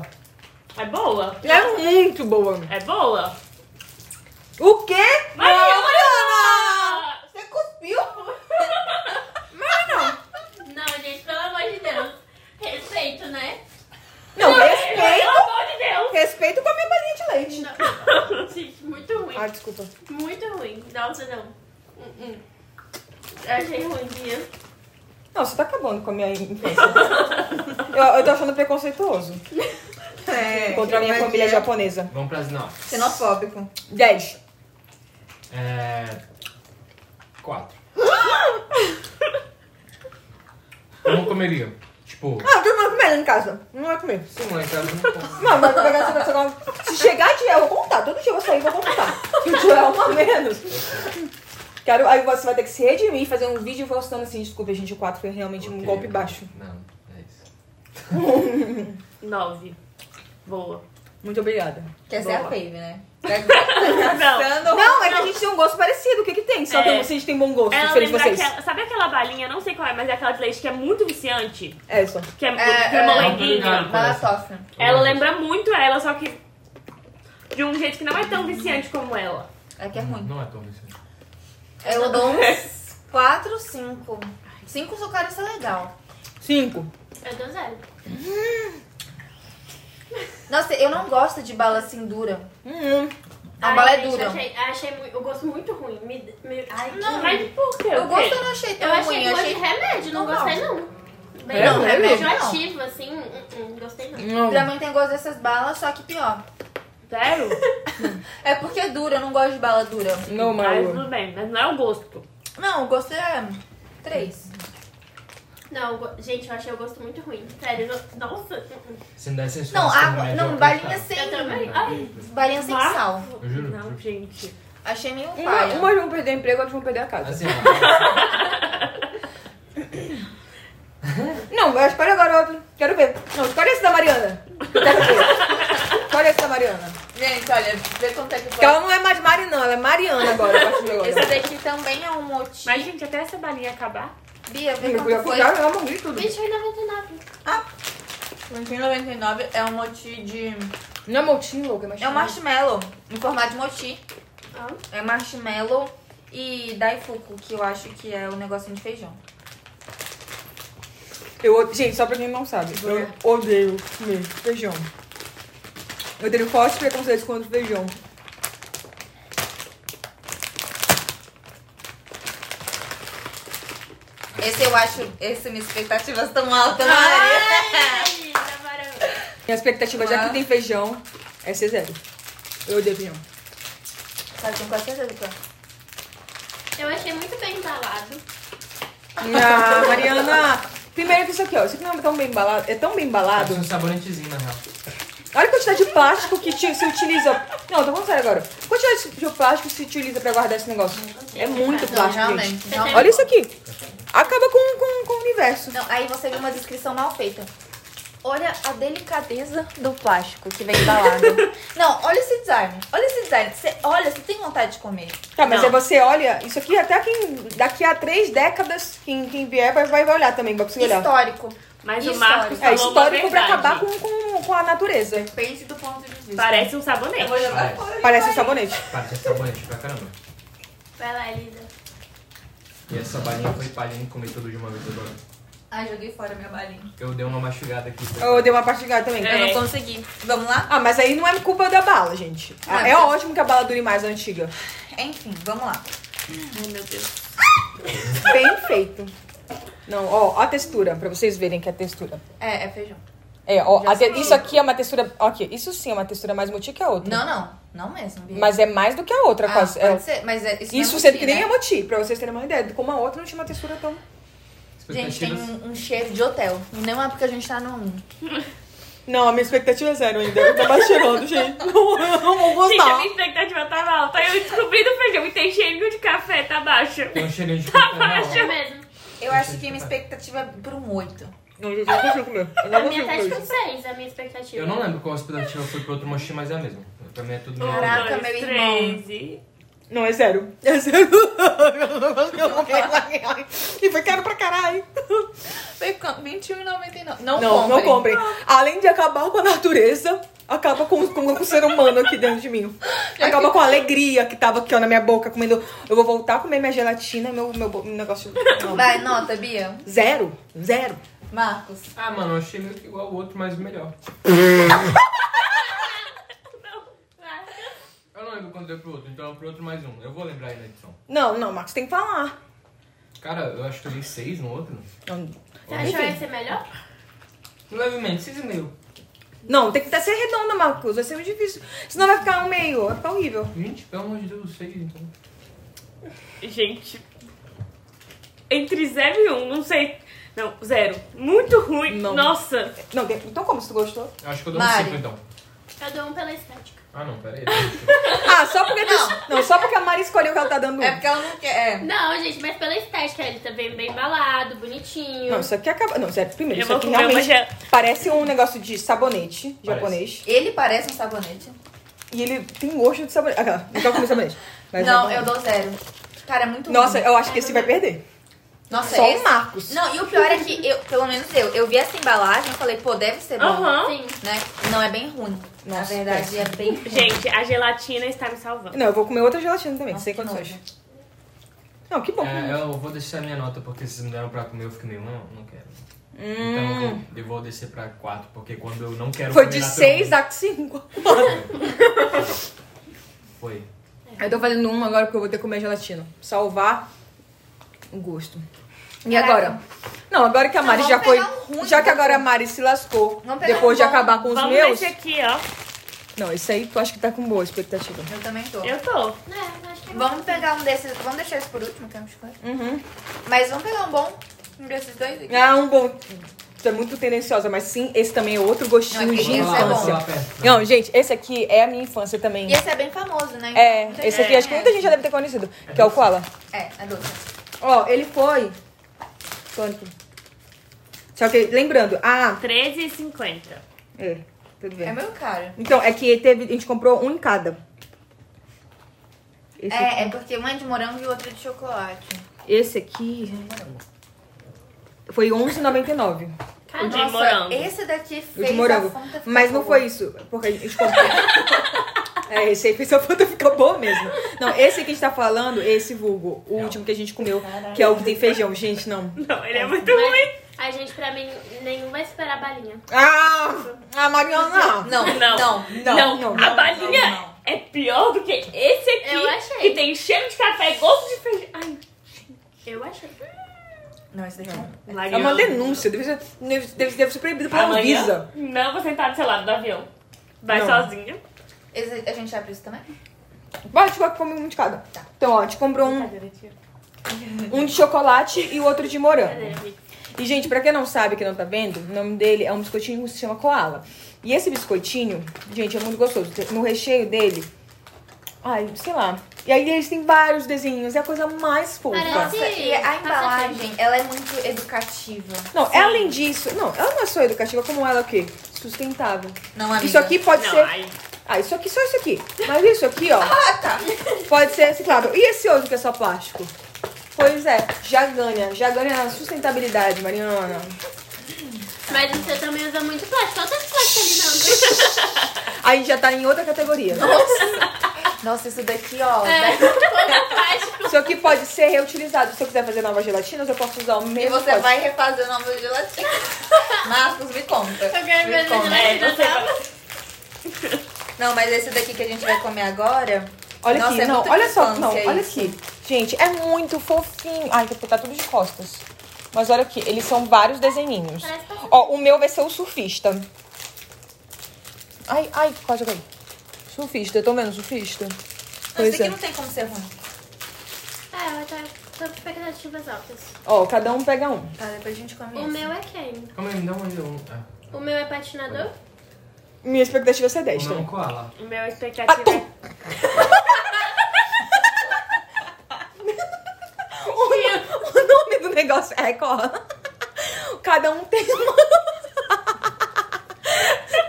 B: É boa.
D: É muito boa.
B: É boa.
D: O quê?
B: Mas eu-
D: Mariana! Você cuspiu?
G: Não, gente, pelo amor de Deus. Respeito, né?
D: Não,
B: Pelo
D: respeito.
B: amor de Deus.
D: Respeito com a minha balinha de leite.
G: Não. Gente, muito ruim.
D: Ah, desculpa.
G: Muito ruim. Nossa, não. Hum, hum. Eu achei ruim, Bia.
D: Não, você tá acabando com a minha infância. eu, eu tô achando preconceituoso.
H: É.
D: Contra a minha família japonesa.
F: Vamos pras não.
H: Xenofóbico.
D: 10.
F: É. Quatro. Eu não comeria. Tipo,
D: Ah, tu não vai comer lá em casa. Não vai comer.
F: se não é casa, eu não como.
D: Não, Ah, mas eu vou pegar essa pessoa. Se chegar de eu vou contar. Todo dia eu vou sair e vou contar. Se eu tiver uma a menos. Quero, aí você vai ter que se redimir e fazer um vídeo postando assim, desculpa, gente, o 4 foi realmente um
F: Ok,
D: golpe
F: eu-
D: baixo.
F: Não, é isso.
B: Nove. Boa.
D: Muito obrigada.
H: Quer ser
B: Boa.
H: a Fave, né? Não.
D: Não, é que a gente tem um gosto parecido. O que que tem? Só
B: É.
D: que a gente tem bom gosto,
B: Ela
D: diferente de
B: lembra
D: vocês.
B: aquela. Sabe aquela balinha, eu não sei qual é, mas é aquela de leite que é muito viciante?
D: É isso.
B: Que é,
H: É,
B: que é
H: é.
B: molenguinho.
H: Mas ela sofre.
B: Ela
F: é
B: lembra muito ela, só que de um jeito que não é tão viciante como ela.
H: É que é ruim.
F: Não é tão viciante.
H: Eu dou um uns 4, 5. 5 só cara, isso é legal.
D: 5.
G: Eu dou zero.
H: Nossa, eu não gosto de bala assim dura.
D: Hum.
H: A
G: Ai,
H: bala é
G: gente,
H: dura.
G: eu Achei, achei muito, o gosto muito ruim. Me, me, ai, que
H: Não,
B: Mas
G: ruim.
B: por quê?
H: Eu
B: O
H: gosto
B: quê?
H: eu não achei tão
G: Eu
H: ruim.
G: achei Então
H: eu
G: gosto de remédio, não
H: normal.
G: gostei não. Bem,
D: É,
G: não,
D: não,
G: remédio
H: remédio não.
G: ativo, assim, hum, hum, gostei não.
D: Não.
H: Pra mim tem gosto dessas balas, só que pior.
B: Sério?
H: É porque é dura, eu não gosto de bala dura.
D: Não,
B: Mas
D: Maru.
B: tudo bem, mas não é o gosto.
H: Não, o gosto é 3.
G: Não, go- gente, eu achei o gosto muito ruim. Sério, no- nossa. hum, hum.
F: Se não desse
H: Não,
F: esforço,
H: água,
F: remédio,
H: não,
F: eu
H: balinha
F: acreditava.
H: sem.
G: Eu também. Ai,
H: Balinha sem
B: Mas-
H: sal.
F: Eu juro.
B: Não, gente.
H: Achei meio
D: Uma,
H: paia.
B: né?
D: umas vão perder o emprego, outras vão perder a casa.
F: Assim, ó,
D: Não, eu escolho agora outro. Quero ver. Não, escolhe esse da Mariana. Quero ver. Escolhe esse da Mariana.
H: Gente, olha, vê quanto é que
D: Porque
H: foi.
D: ela não é mais Mari, não, ela é Mariana agora, a partir de agora.
H: Esse daqui também é um motim.
B: Mas, gente, até essa balinha acabar.
H: Bia, vê
D: Eu já
H: quanto
D: fui,
H: foi.
D: já, já morri tudo.
G: Bicho, foi 99.
H: 20,99 é um moti de...
D: Não é motim, louca, mas.
H: É um marshmallow, em formato de moti.
G: Ah.
H: É marshmallow e daifuku, que eu acho que é o negocinho de feijão.
D: Eu, od- gente, só pra quem não sabe, eu odeio comer feijão. Eu tenho fortes preconceitos contra feijão.
H: Esse eu acho... Esse é minhas expectativas estão altas, né, Maria.
G: Ai, tá maravilhoso.
D: Minha expectativa, já que tem feijão, é ser zero. Eu odeio feijão.
H: Sabe, tenho quase certeza que é.
G: Eu achei muito bem embalado.
D: Ah, Mariana! Primeiro que isso aqui, ó. Isso aqui não é tão bem embalado. É tão bem embalado.
F: Parece um sabonetezinho, na real.
D: Olha a quantidade de plástico que ti- se utiliza. Não, tô falando sério agora. A quantidade de plástico que se utiliza pra guardar esse negócio? É muito
G: Não,
D: plástico, gente.
H: Realmente, realmente.
D: Olha isso aqui. Acaba com, com, com o universo.
H: Não, aí você viu uma descrição mal feita. Olha a delicadeza do plástico que vem embalado. não, olha esse design. Olha esse design. Você olha, você tem vontade de comer.
D: Tá, mas
B: Não.
D: aí você olha, isso aqui até quem, daqui a três décadas, quem, quem vier vai, vai vai olhar também, vai conseguir olhar.
H: Histórico.
B: Mas
H: Histórico.
B: o
D: É
B: Marcos falou uma
D: histórico pra
B: verdade.
D: acabar com, com, com a natureza.
H: Depende do ponto de vista.
B: Parece um sabonete.
F: Parece,
D: Parece um sabonete.
F: parece sabonete pra caramba.
G: Vai lá, Elisa.
F: E essa balinha foi palhinha comer tudo de uma vez agora.
H: Ai, joguei fora minha balinha.
F: Eu dei uma mastigada aqui.
D: Eu dei uma partilhada também.
B: É.
H: Eu não consegui. Vamos lá?
D: Ah, mas aí não é culpa da bala, gente.
H: Ah,
D: é
H: mas-
D: ótimo que a bala dure mais a antiga.
H: Enfim, vamos lá.
B: Ai, meu Deus.
D: Bem feito. Não, ó, a textura, pra vocês verem que é a textura.
H: É, é feijão.
D: É, ó,
H: Já
D: a te-
H: sei.
D: isso aqui é uma textura. Ok, isso sim é uma textura mais moti que a outra.
H: Não, não. Não mesmo, Bia.
D: Mas é mais do que a outra,
H: Ah,
D: quase.
H: pode
D: É-
H: ser, mas é, isso, não é
D: isso
H: moti,
D: sendo que nem
H: né?
D: é moti, pra vocês terem uma ideia de como a outra não tinha uma textura tão.
H: Gente, tem
F: assim.
H: um, um cheiro de hotel. E não é porque a gente tá num...
D: Não, a minha expectativa é zero ainda. Eu tô mais cheirando, gente. Não, eu não vou
B: Gente, a
D: gostar.
B: minha expectativa tava alta. Eu descobri do feijão e tem cheirinho de café, tá baixo.
F: Tem um cheirinho de
H: Tá
F: coco na hora.
G: Acho É mesmo.
H: Eu acho que minha expectativa é por um oito.
D: Não, gente, eu não consigo comer. Eu
G: A
D: não
G: minha
D: consigo
G: tá
D: comer.
G: tipo
D: isso.
G: 6, a minha expectativa.
F: Eu não lembro qual expectativa foi pro outro mochi, mas é a mesma. Pra mim é tudo meio.
H: Caraca,
B: dois,
H: meu
B: três e-
D: Não, é zero. É zero. Eu não consigo comer. E foi caro pra caralho.
H: Foi quanto? 21,99. Não,
D: Não, não comprem. Além de acabar com a natureza, acaba com, com, com o ser humano aqui dentro de mim. Acaba com a alegria É que tava aqui, ó, na minha boca, comendo. Eu vou voltar a comer minha gelatina, meu, meu, bo- meu negócio. não.
H: Vai, nota, Bia.
D: Zero. Zero.
H: Marcos.
F: Ah, mano, eu achei meio que igual o outro, mas melhor. Eu não lembro quando deu pro outro, então é pro outro mais um. Eu vou lembrar aí na edição.
D: Não, não, Marcos, tem que falar.
F: Cara, eu acho que eu dei seis no outro.
D: Não,
G: Você achou esse melhor?
F: Levemente, seis e meio.
D: não, tem que até ser redonda, Marcos. Vai ser muito difícil. Senão vai ficar um meio. Vai ficar horrível.
F: Gente, pelo amor de Deus, seis então.
B: Gente, entre 0 e 1, um, não sei. Não, zero. Muito ruim.
D: Não.
B: Nossa.
D: Não, tem- então como se tu gostou?
F: Eu acho que eu dou
H: Mari.
F: um cinco então.
G: Eu dou um pela estética.
F: Ah, não, pera aí.
D: Ah, só porque tu- Não, só porque a Mari escolheu que ela tá dando. um.
H: É porque ela não quer. É.
G: Não, gente, mas pela estética. Ele tá bem, bem embalado, bonitinho.
D: Não, isso aqui acaba. Não, sério, primeiro,
B: Eu
D: isso
B: vou
D: aqui
B: comer uma
D: realmente
B: gel-
D: parece um negócio de sabonete
F: Parece.
D: japonês.
H: Ele parece um sabonete.
D: E ele tem gosto de sabonete. Ah, não quero comer sabonete. Mas
H: não,
D: vai.
H: eu dou zero. Cara, é muito
D: Nossa,
H: ruim.
D: eu acho que esse vai perder.
H: Nossa,
D: Só
H: esse...
D: o Marcos.
H: Não, e o pior é que, eu, pelo menos eu, eu vi essa embalagem e falei, pô, deve ser bom.
B: Aham.
G: Sim.
H: Né? Não é bem ruim. Na
D: Nossa,
H: verdade, é bem ruim.
B: Gente, a gelatina está me salvando.
D: Não, eu vou comer outra gelatina também,
H: Nossa,
D: sem
H: que
D: condições.
H: nojo.
D: Não, que bom.
F: É, eu vou deixar minha nota porque vocês me deram pra comer, eu fiquei meio, não, não quero. Então eu vou, eu vou descer pra 4, porque quando eu não quero
D: Hum. Foi
F: comer
D: de
F: naturalmente-
D: 6 a 5.
F: Foi.
D: Eu tô fazendo uma agora porque eu vou ter que comer gelatina. Salvar o gosto. E
H: Caraca.
D: agora? Não, agora que a
H: Não,
D: Mari
H: vamos
D: já foi.
H: pegar um ruim,
D: já que
H: vamos-
D: agora a Mari se lascou
H: Vamos pegar
D: depois de
H: um bom.
D: acabar com os
B: Vamos
D: meus.
B: nesse aqui, ó.
D: Não, esse aí tu acha que tá com boa expectativa.
H: Eu também tô.
B: Eu tô.
G: É, eu acho que é
H: Vamos pegar um desses. Vamos deixar esse por último, que é um chocolate.
D: Uhum.
H: Mas vamos pegar um bom um desses dois aqui.
D: Ah, um bom. Tu é muito tendenciosa, mas sim, esse também é outro gostinho
H: Não,
D: de
H: esse é bom.
F: vamos
D: infância.
F: lá perto.
D: Não, gente, esse aqui é a minha infância também.
H: E esse é bem famoso, né? Não
D: É,
H: tem
D: esse aqui
H: como
D: acho que muita gente já deve ter conhecido, que é o Koala.
H: É, é doce.
D: Ó, ele foi. Sonic. Só que, lembrando, ah,
B: 13,50.
D: é. Tudo bem.
H: É meio caro.
D: Então, é que teve, a gente comprou um em cada. Esse,
H: É, é porque uma é de morango e outra é de chocolate.
D: esse aqui foi 11,99.
B: O de
H: Nossa,
B: morango.
H: Esse daqui
D: O
H: fez
D: de morango.
H: a fonte ficar
D: Mas não
H: boa.
D: foi isso, porque a gente comprou. É, esse aí fez a foto ficar boa mesmo. Não, esse que a gente tá falando, esse vulgo, o último que a gente comeu, que é o que tem feijão. Gente, não.
B: Não, ele é muito
G: Mas
B: ruim.
G: A gente, pra mim, nenhum vai esperar a balinha.
D: Ah! A Mariana, não.
H: Não,
B: Não.
H: não. não.
B: Não,
D: não,
B: a
D: não,
B: balinha
H: não, não.
B: é pior do que esse aqui.
G: Eu achei.
B: Que tem cheiro de café e gosto de feijão. Ai,
G: Eu achei.
H: esse daqui não.
D: É uma denúncia, deve ser, deve, deve- deve ser proibido pela
B: Amanhã,
D: Anvisa.
B: Não vou sentar do seu lado do avião. Vai
D: Não.
B: sozinha.
H: Esse- a gente abre isso também?
D: Bora, a gente vai comer um de cada. Então, ó, a gente comprou um,
B: Cadê, tira?
D: um de chocolate e o outro de morango.
G: Cadê, amigo?
D: E, gente, pra quem não sabe, que não tá vendo, o nome dele é um biscoitinho que se chama Koala. E esse biscoitinho, gente, é muito gostoso. No recheio dele, ai, sei lá. E aí eles têm vários desenhinhos, é a coisa mais fofa.
G: Parece-
H: Nossa, e a
G: Passa
H: embalagem, ela é muito educativa.
D: Não, além disso, não, ela não é só educativa, como ela é o quê? Sustentável.
H: Não, amiga.
D: Isso aqui pode
B: Não,
D: ser.
B: ai.
D: Ah, isso aqui, só isso aqui. Mas isso aqui, ó.
H: Ah, tá.
D: Pode ser reciclável. E esse outro que é só plástico? Pois é, já ganha. Já ganha na sustentabilidade, Mariana.
G: Mas você também usa muito plástico. tá Olha tanto plástico ali,
D: Aí já tá em outra categoria.
H: Nossa, isso daqui, ó.
G: não. É, todo plástico.
D: Isso aqui pode ser reutilizado. Se eu quiser fazer novas gelatinas, eu posso usar o
H: E
D: mesmo.
H: você
D: pote.
H: vai refazer nova gelatina. Marcos, me conta.
G: Eu quero ver
H: Me
G: a
H: conta.
B: É,
G: gelatina
B: você
G: dela.
B: vai-
H: Não, mas esse daqui que a gente vai comer agora.
D: Olha
H: Nossa,
D: aqui,
H: é
D: não,
H: muita
D: olha só,
H: infância
D: não, olha
H: isso.
D: aqui. Gente, é muito fofinho. Ai, tem que botar tudo de costas. Mas olha aqui, eles são vários desenhinhos.
G: Parece que tá-
D: Ó, o meu vai ser o surfista. Ai, ai, quase caiu. Surfista, eu tô vendo surfista.
H: Não, esse
D: Pois
H: daqui
D: é.
H: não tá- tem como ser ruim.
G: Ah, ela tá tá com expectativas altas.
D: Ó, cada um pega um.
H: Tá, depois a gente come
G: O
H: isso.
G: meu é quem?
F: Calma aí, me dá um ainda um. Ah,
G: O meu é patinador?
D: Minha expectativa é ser
F: o
D: 10,
F: meu é um
D: tá?
F: koala.
B: O meu
D: Ah,
B: expectativa
D: um
B: é...
D: O nome do negócio é cola. Cada um tem uma.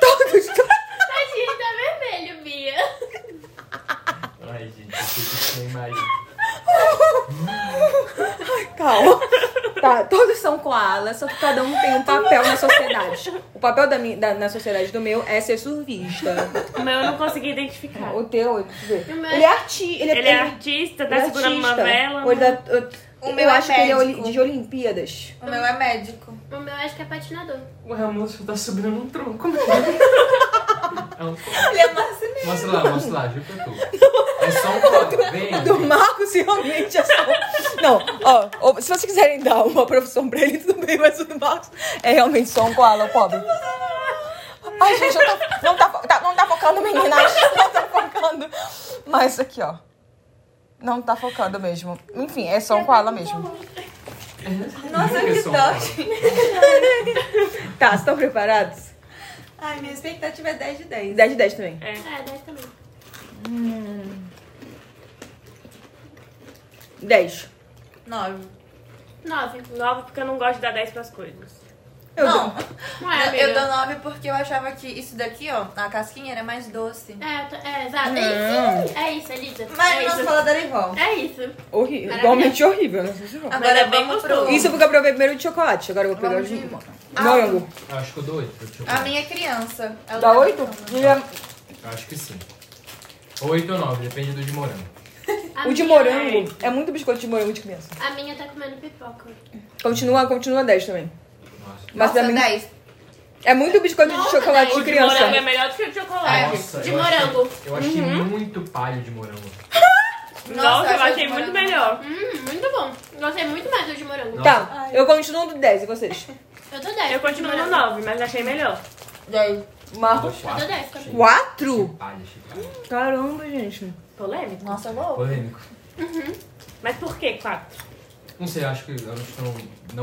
D: Todos.
G: Tadinho, tá vermelho, Bia.
F: Ai, gente, eu sei que tem imagem.
D: Calma. Tá, todos são koalas, só que cada um tem um papel na sociedade. O papel da, minha- da- na sociedade do meu é ser survista.
B: O meu eu não consegui identificar.
D: O teu, deixa eu ver.
G: O meu
D: Ele é arti... Ele, é-
B: Ele é
D: ele-
B: artista, tá
D: ele é
B: segurando uma
D: artista.
B: vela. né?
D: Ou ele dá- eu,
H: O
D: eu
H: meu é
D: acho que ele é oli-
H: médico.
D: de Olimpíadas.
H: O meu é médico.
G: O meu acho que é patinador.
F: O Helmut tá subindo num tronco. né? é um koala.
H: Ele é marceneiro.
F: Mostra lá, mostra lá, juro pra tu. É só um koala.
D: Do
F: Vem.
D: Marcos realmente é só. Não, ó, ó, se vocês quiserem dar uma profissão pra ele, tudo bem, mas o do Marcos é realmente só um koala, o pobre. Ai, gente, eu tô- não, tá, fo- tá- não tá focando, meninas. Não tá focando. Mas aqui, ó. Não tá focando mesmo. Enfim, é só um koala mesmo.
H: Nossa,
F: É
H: que
F: só um
H: dó.
D: Tá, vocês estão preparados?
H: Ai, minha expectativa é 10 de 10.
D: 10 de 10 também.
G: É, dez também.
D: 10.
H: 9.
G: Nove.
B: Nove, porque eu não gosto de dar 10 pras coisas.
D: Eu
H: não,
G: Não é,
H: eu
G: amiga?
H: dou 9 porque eu achava que isso daqui, ó, a casquinha era mais doce.
G: É, eu tô- é, exato. É isso. É isso, Elisa.
H: Mas
G: é
H: nosso
G: isso.
H: paladar é igual.
G: É isso.
D: Horrível.
G: Maravilhoso.
D: Igualmente horrível, né?
H: Agora
B: é bem
H: vamos pro...
B: gostoso.
D: Isso porque eu provei primeiro de chocolate. Agora eu vou pegar o
H: Vamos
D: de.
H: de-
D: Morango. Ah,
F: Eu acho que eu dou oito pra te
H: A minha é criança. Ela
D: Dá
H: tá
D: 8?
H: brincando.
F: Eu acho que sim. Ou oito ou nove, depende do de morango.
G: A
D: O de
G: minha-
D: morango é muito biscoito de morango de criança.
G: A minha tá comendo pipoca.
D: Continua, continua 10 também.
F: Nossa.
D: Mas
H: Nossa,
D: pra mim
H: 10.
D: é muito biscoito de
G: Nossa,
D: chocolate
B: O
D: de
B: de
D: criança.
B: morango é melhor do que o de chocolate.
F: Nossa,
G: de
F: eu achei-
G: morango.
F: eu achei
H: Uhum.
F: muito palho de morango.
D: É.
B: Nossa,
H: Nossa,
B: eu
H: eu
B: achei
H: gosto de
B: muito
H: morango.
B: melhor.
G: Hum, muito bom. Gostei muito mais do de morango.
F: Nossa.
D: Tá, eu continuo no 10 e vocês?
G: Eu tô dez.
B: Eu continuo no
G: Morango.
B: 9, mas achei melhor.
H: 10.
D: Marco.
F: Dou
G: Eu
F: quatro.
G: tô
H: tá
G: dez também.
F: Achei-
D: 4?
F: achei Palha, achei palha.
D: Caramba, gente.
B: Polêmico.
H: Nossa, eu vou.
F: Polêmico.
B: Mas por que 4?
F: Não sei, eu acho que eu acho que eu não,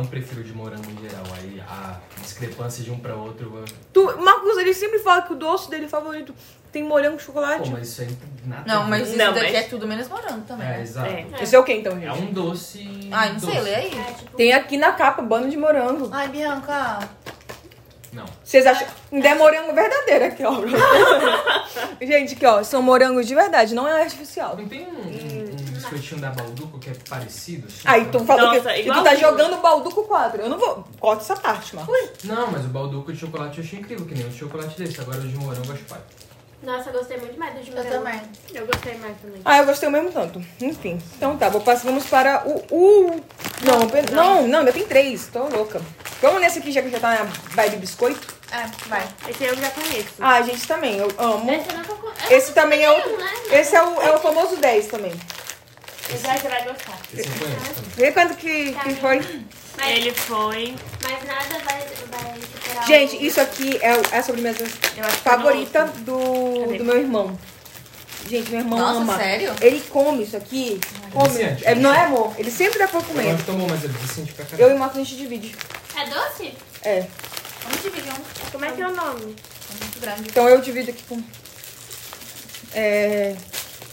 F: não prefiro de morango em geral. Aí a discrepância de um pra outro. eu-
D: Tu, Marcos, ele sempre fala que o doce dele favorito tem morango com
F: Pô,
D: chocolate.
F: mas isso aí nada. a
H: Não,
F: ver.
H: mas isso
B: Não,
H: daqui
B: mas-
H: é tudo menos morango também.
F: É,
H: né?
F: exato.
B: É.
F: É,
D: Esse é o que então, gente?
F: um doce.
H: Ai, Ah, não sei, é-
F: doce.
H: lê aí.
G: É, tipo,
D: Tem aqui na capa bando de morango.
H: Ai, Bianca.
F: Não.
D: Vocês acham? Ainda é morango verdadeiro aqui, ó. Gente, aqui, ó, são morangos de verdade, não é artificial.
F: Não tem um, um, um biscoitinho da Balduco que é parecido? assim?
D: Aí tu falou
B: Nossa,
D: que, que tu
B: igualzinho.
D: tá jogando Balduco 4. Eu não vou. Corta essa parte, Marcos.
F: Não, mas o Balduco de chocolate eu achei incrível, que nem o de chocolate desse. Agora o de morango eu acho pai.
G: Nossa, eu gostei muito mais do de
J: Eu
G: morango.
J: também.
G: Eu gostei mais também.
D: Ah, eu gostei o mesmo tanto. Enfim. Então tá, vou passar, vamos para o. o... Não, pe- não, não, ainda tem três. Tô louca. Vamos nesse aqui, já que já tá na vibe biscoito.
J: Ah,
H: É,
J: vai.
B: Esse eu já conheço.
D: Ah, gente, também, eu amo.
G: Esse eu nunca co- eu
D: Esse
G: nunca
D: também é
G: comi
D: o.
G: É, um, né?
D: Esse é o, é o famoso 10 também.
G: Esse aí você vai gostar.
F: Esse eu conheço também.
D: Vê quanto que, que foi.
G: Mas,
B: Ele foi.
G: mas nada vai, vai superar
D: Gente,
G: o...
D: isso aqui é o- é a sobremesa
B: Eu acho que é foi
D: favorita
B: no outro.
D: do,
B: Cadê?
D: do meu irmão. Gente, meu irmão
H: Nossa,
D: ama.
H: sério?
D: Ele come isso aqui. Come.
F: viciante,
D: É, não é
F: viciante.
D: amor. Ele sempre dá pra
F: Eu
D: comer.
F: acho que tomou, mas ele se sente pra caralho.
D: Eu e o Marcos a gente divide.
G: É doce?
D: É.
J: Vamos dividir um. É
B: Como é que é o nome?
J: muito grande.
D: Então eu divido aqui com. É.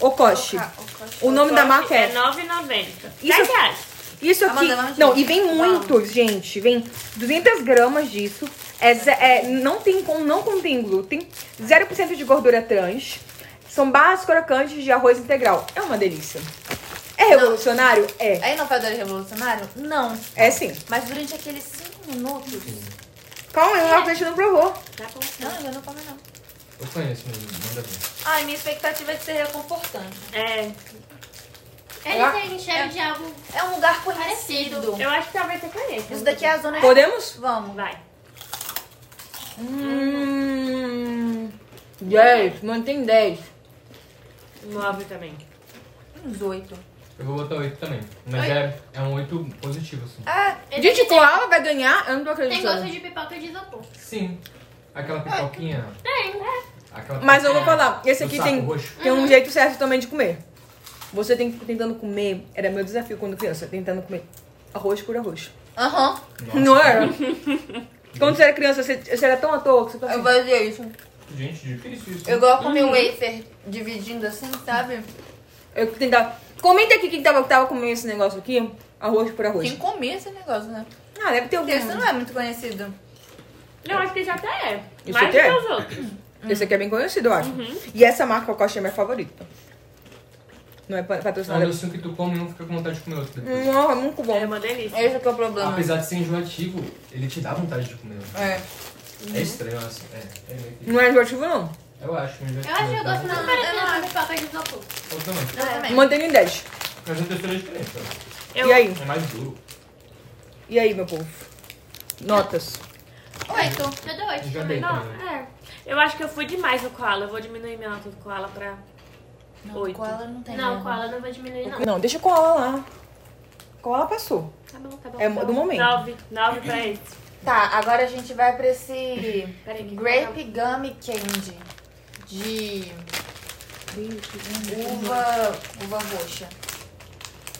D: Okoshi.
J: Oca- oca-
D: O nome da marca
B: é
D: é.
B: 9,90.
D: Isso-
B: 10 reais.
G: é
D: Isso aqui.
J: Amanda, vamos
D: Não,
G: um
J: dividir.
D: e vem muito, gente. Vem 200 gramas disso. É, ze- é, não, tem, com- não contém glúten. 0% de gordura trans. São barras crocantes de arroz integral. É uma delícia. É revolucionário? É.
J: É inovador e revolucionário? Não.
D: É sim.
J: Mas durante aqueles 5 minutos.
D: Calma aí, o
G: É.
D: Rocket não provou.
J: Não, eu não como, não.
F: Eu conheço mesmo, manda ver.
J: Ai, minha expectativa é de ser reconfortante.
B: É.
G: Ele tem cheiro de algo...
J: É um lugar conhecido.
B: Eu acho que talvez você conheça.
J: Isso daqui é a zona.
D: Podemos?
J: Vamos.
B: Vai.
D: Hum. 10. Mantém 10.
B: 9 também.
J: Uns oito.
F: Eu vou botar oito também. Mas
G: Oi?
F: é, é um oito positivo, assim.
G: Ele
D: Gente,
G: tem,
D: Koala vai ganhar? Eu não tô
G: tem gosto
D: acreditando.
G: de pipoca de isopor.
F: Sim. Aquela pipoquinha.
G: Tem, né?
F: Aquela
D: Mas eu vou
F: pipoquinha
D: falar, esse
F: É. do
D: aqui
F: saco
D: tem,
F: roxo.
D: tem um jeito certo também de comer. Você tem que tentando comer, era meu desafio quando criança, tentando comer arroz por arroz.
H: Aham.
F: Nossa,
D: Não era? quando você era criança, você, você era tão à toa que você
J: assim?
H: Eu
D: tava...
H: vou dizer isso.
F: Gente, difícil isso.
H: Eu gosto de
J: Uhum.
H: comer um wafer dividindo assim, sabe?
D: Eu tentava... Comenta aqui quem tava, tava comendo esse negócio aqui, arroz por arroz.
H: Quem comia esse negócio, né?
D: Ah, deve ter algum.
H: Porque
J: Uhum.
H: isso não é muito conhecido.
B: Não, acho que esse até é.
D: Isso
B: Mais
D: até
B: do
D: é.
B: que os outros.
D: Esse aqui é bem conhecido, eu acho. E essa marca Okoshi é minha favorita. Não é pa-
F: É um
D: patrocinada.
F: docinho que tu come e não fica com vontade de comer outro depois.
D: Não, é muito bom.
B: É uma delícia.
H: Esse que é o problema.
J: Ah,
F: Apesar de ser enjoativo, ele te dá vontade de comer.
H: É.
F: É estranho, assim. É, é meio que...
D: Não é enjoativo, não.
F: Eu acho enjoativo.
G: Eu acho que eu
F: dá
G: gosto mais
F: vontade.
G: parecido com pipoca de isopor. É.
F: Eu também.
D: Mantém em 10.
F: Mas a textura é diferente, ó.
B: Eu-
D: E aí?
F: É mais duro.
D: E aí, meu povo? Notas.
G: Oito. Eu dou
F: Eu
G: oito
F: já dei
G: também. Não,
F: também.
B: É. Eu acho que eu fui demais no Koala. Eu vou diminuir minha nota do Koala pra
H: Não,
B: Oito.
H: Koala não tem.
G: não,
H: né?
G: cola, não vou diminuir, não.
D: Não, deixa o Koala lá. Koala passou.
G: Tá bom, tá bom.
B: Então,
D: É do momento.
B: 9. 9 pra esse.
H: Tá, agora a gente vai pra esse
B: Peraí, que
H: Grape
J: tá
H: Gummy Candy de uva, uva roxa.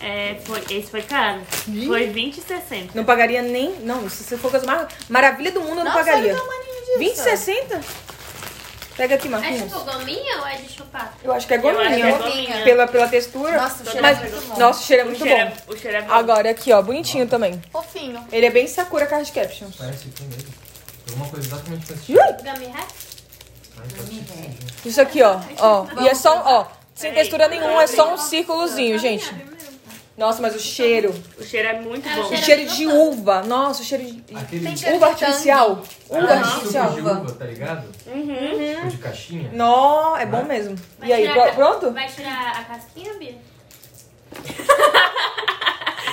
B: É, foi, esse foi caro. Foi 20 e 60.
D: Não pagaria nem. Não, se você for com as marcas. Maravilha do mundo, eu não
H: Nossa,
D: pagaria.
H: olha o tamanho disso.
D: 20, 60? Pega aqui,
G: É
D: Marquinhos.
G: tipo gominha ou é de chupar?
D: Eu acho que é
B: Eu acho que
D: gominha.
B: é
D: ó.
B: gominha.
D: Pela, pela textura.
H: Nossa, o cheiro
D: Mas,
H: é muito bom.
D: Nossa, o cheiro é
B: o
D: muito
B: cheiro
D: bom.
B: é, o cheiro é bom.
D: Agora aqui, ó, bonitinho também.
H: Fofinho.
D: Ele é bem Sakura Card Captions.
F: Parece que tem mesmo. Alguma coisa exatamente parecida.
D: Ih,
G: Gummy hack?
F: Ai, pode ser que seja.
D: Isso aqui, ó, ó. E é só, ó, sem
B: Peraí.
D: textura nenhuma, é só um círculozinho, gente. Nossa, mas o cheiro.
B: O cheiro é muito
G: É, o
B: bom.
D: O
G: cheiro-
D: cheiro de uva. Nossa, o cheiro de
F: Aquele
H: Tem cheiro
D: uva artificial. Uva
F: aquele suco
D: artificial.
F: de uva, tá ligado? Tipo de caixinha.
D: Nó, é bom mesmo.
G: Vai
D: E aí,
G: tirar a
D: pro-
G: ca-
D: pronto?
G: Vai tirar a casquinha, Bia?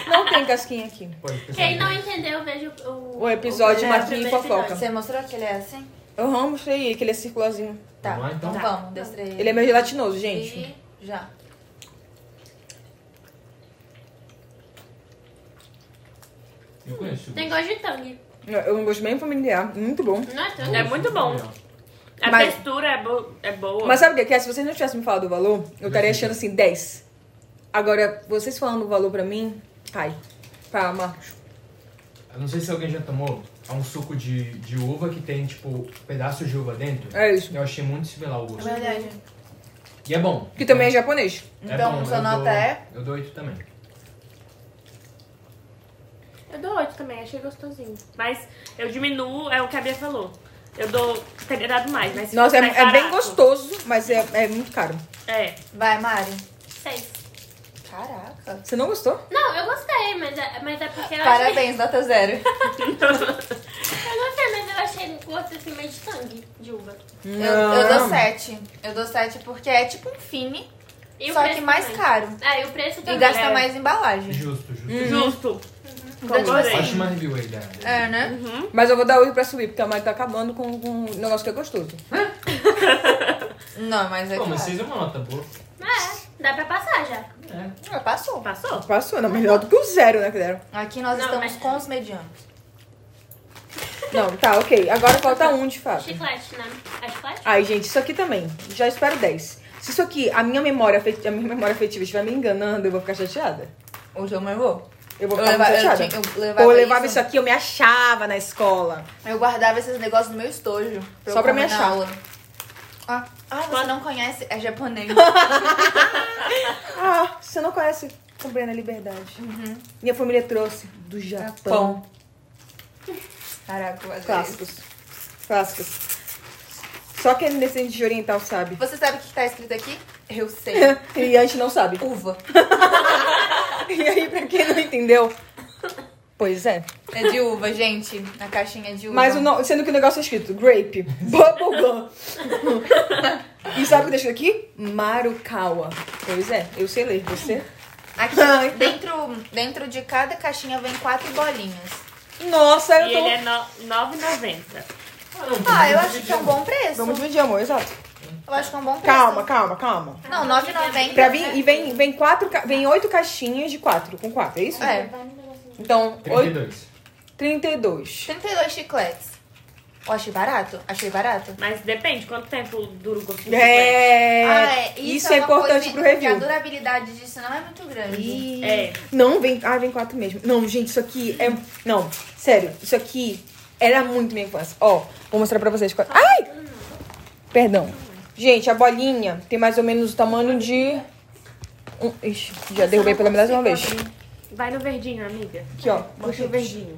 D: Não tem casquinha aqui.
F: Pode pensar.
G: Quem não entendeu, veja o...
D: O episódio
G: o
D: Marquinhos e
G: primeiro
D: Fofoca.
H: Você mostrou que ele é assim?
D: Eu amo, mostrei aquele
G: Hum.
D: circulozinho.
H: Tá.
F: Vamos lá, então?
H: Então vamos, destrei
D: Ele é meio gelatinoso, gente.
G: episódio.
H: Já.
F: Eu conheço.
G: Tem gosto de tangue.
D: É um gosto bem familiar, muito bom.
G: Não é tangue?
B: É muito bom. A
D: Mas-
B: textura é, bo é boa.
D: Mas sabe o que que é? Se vocês não tivessem me falado o valor, eu estaria
G: Uhum.
D: achando assim, 10. Agora, vocês falando o valor pra mim, cai. Pra Marcos.
F: Eu não sei se alguém já tomou. É um suco de, de uva que tem, tipo, pedaços de uva dentro.
D: É isso.
F: Eu achei muito similar o
H: É
F: gosto.
H: verdade.
F: E é bom.
D: Que também é japonês.
F: É
H: Então,
F: bom,
H: sua
F: eu
H: nota
F: dou-
H: é?
F: Eu dou 8 também.
B: Eu dou 8 também, achei gostosinho.
D: é-
B: Mas eu diminuo, é o que a Bia falou. Eu dou. Teria dado mais, mas.
D: Nossa, é,
G: Tá
B: mais
D: é bem
B: barato.
D: gostoso, mas é, é muito caro.
B: É.
H: Vai, Mari.
G: Seis.
H: Caraca.
D: Você não gostou?
G: Não, eu gostei, mas é, mas é porque eu achei.
H: Parabéns, nota zero.
B: Então,
G: Eu gostei, mas eu achei um gosto assim meio de sangue de uva.
H: Eu, eu dou sete. Eu dou sete porque é tipo um fine,
G: E o
H: só
G: preço
H: que mais
G: também.
H: caro.
G: É, e o preço
H: E
G: também.
H: gasta
B: É.
H: mais embalagem.
F: Justo, justo.
B: Hum. Justo.
H: Então, tipo
B: Concordei.
F: Acho
H: assim,
F: uma review aí da. da-
H: é, né?
D: Mas eu vou dar 8 pra subir, porque a Mari tá acabando com, com um negócio que é gostoso.
H: Não, mas é
F: Pô, mas
H: claro.
F: vocês é uma nota boa.
G: É, dá pra passar já.
F: É.
H: Ah, Passou.
B: Passou?
D: Passou, não, melhor do que o zero, né, que deram.
H: Aqui nós
G: Não,
H: estamos
G: mas-
H: com os medianos.
D: Não, tá, ok. Agora falta um, de
H: Tá.
D: fato.
G: Chiclete, né? É chiclete?
D: Ai, gente, isso aqui também. Já espero 10. Se isso aqui, a minha memória afetiva, a minha memória afetiva estiver me enganando, eu vou ficar chateada.
H: Hoje eu vou.
D: Eu vou
H: Eu,
D: ficar
H: leva,
D: muito
H: eu,
D: chateada.
H: tinha- eu
D: Ou
H: levava,
D: eu levava
H: isso,
D: isso aqui, eu me achava na escola.
H: Eu guardava esses negócios no meu estojo.
D: Só
H: eu
D: pra me
H: comer na
D: achar.
H: aula. Ah, ah, você não conhece? É japonês.
D: Ah, você não conhece Compreendo a Liberdade.
H: Uhum.
D: Minha família trouxe do Japão.
H: Caraca, mas é isso.
D: Clássicos. Clássicos. Só quem é descendente de oriental sabe.
H: Você sabe o que tá escrito aqui? Eu sei.
D: e a gente não sabe.
H: Uva.
D: E aí, pra quem não entendeu... Pois é.
H: É de uva, gente. A caixinha é de uva.
D: Mas o no- sendo que o negócio é escrito grape, bubblegum. e sabe o que tá escrito aqui? Marukawa. Pois é, eu sei ler, você?
H: Aqui,
D: Ai.
H: dentro, dentro de cada caixinha vem quatro bolinhas.
D: Nossa, eu
B: E
D: tô...
B: ele é no- 9,90.
H: Ah, eu acho que é um bom preço.
D: Vamos dividir, amor, exato.
H: Eu acho que é um bom preço.
D: Calma, calma, calma.
H: Não, 9,90.
D: Pra vir, e vem, vem quatro, ca- vem oito caixinhas de quatro, com quatro, é isso?
H: É,
D: Então, oito,
F: 32.
D: 32.
H: 32 chicletes. Eu achei barato? Achei barato?
B: Mas depende, quanto tempo dura o gosto do chiclete?
D: É, isso é
H: Ah, uma
D: importante
H: coisa
D: pro
H: que A
D: review.
H: durabilidade disso não é muito grande.
D: Ih.
B: É.
D: Não, vem. Ah, vem quatro mesmo. Não, gente, isso aqui é. Não, sério, isso aqui era muito minha infância. Ó, vou mostrar pra vocês. qual- Ai! Perdão. Gente, a bolinha tem mais ou menos o tamanho de. Um... Ixi, já derrubei pela metade de uma vez.
B: Vai no verdinho, amiga.
D: Aqui, ó.
B: Puxa o verdinho.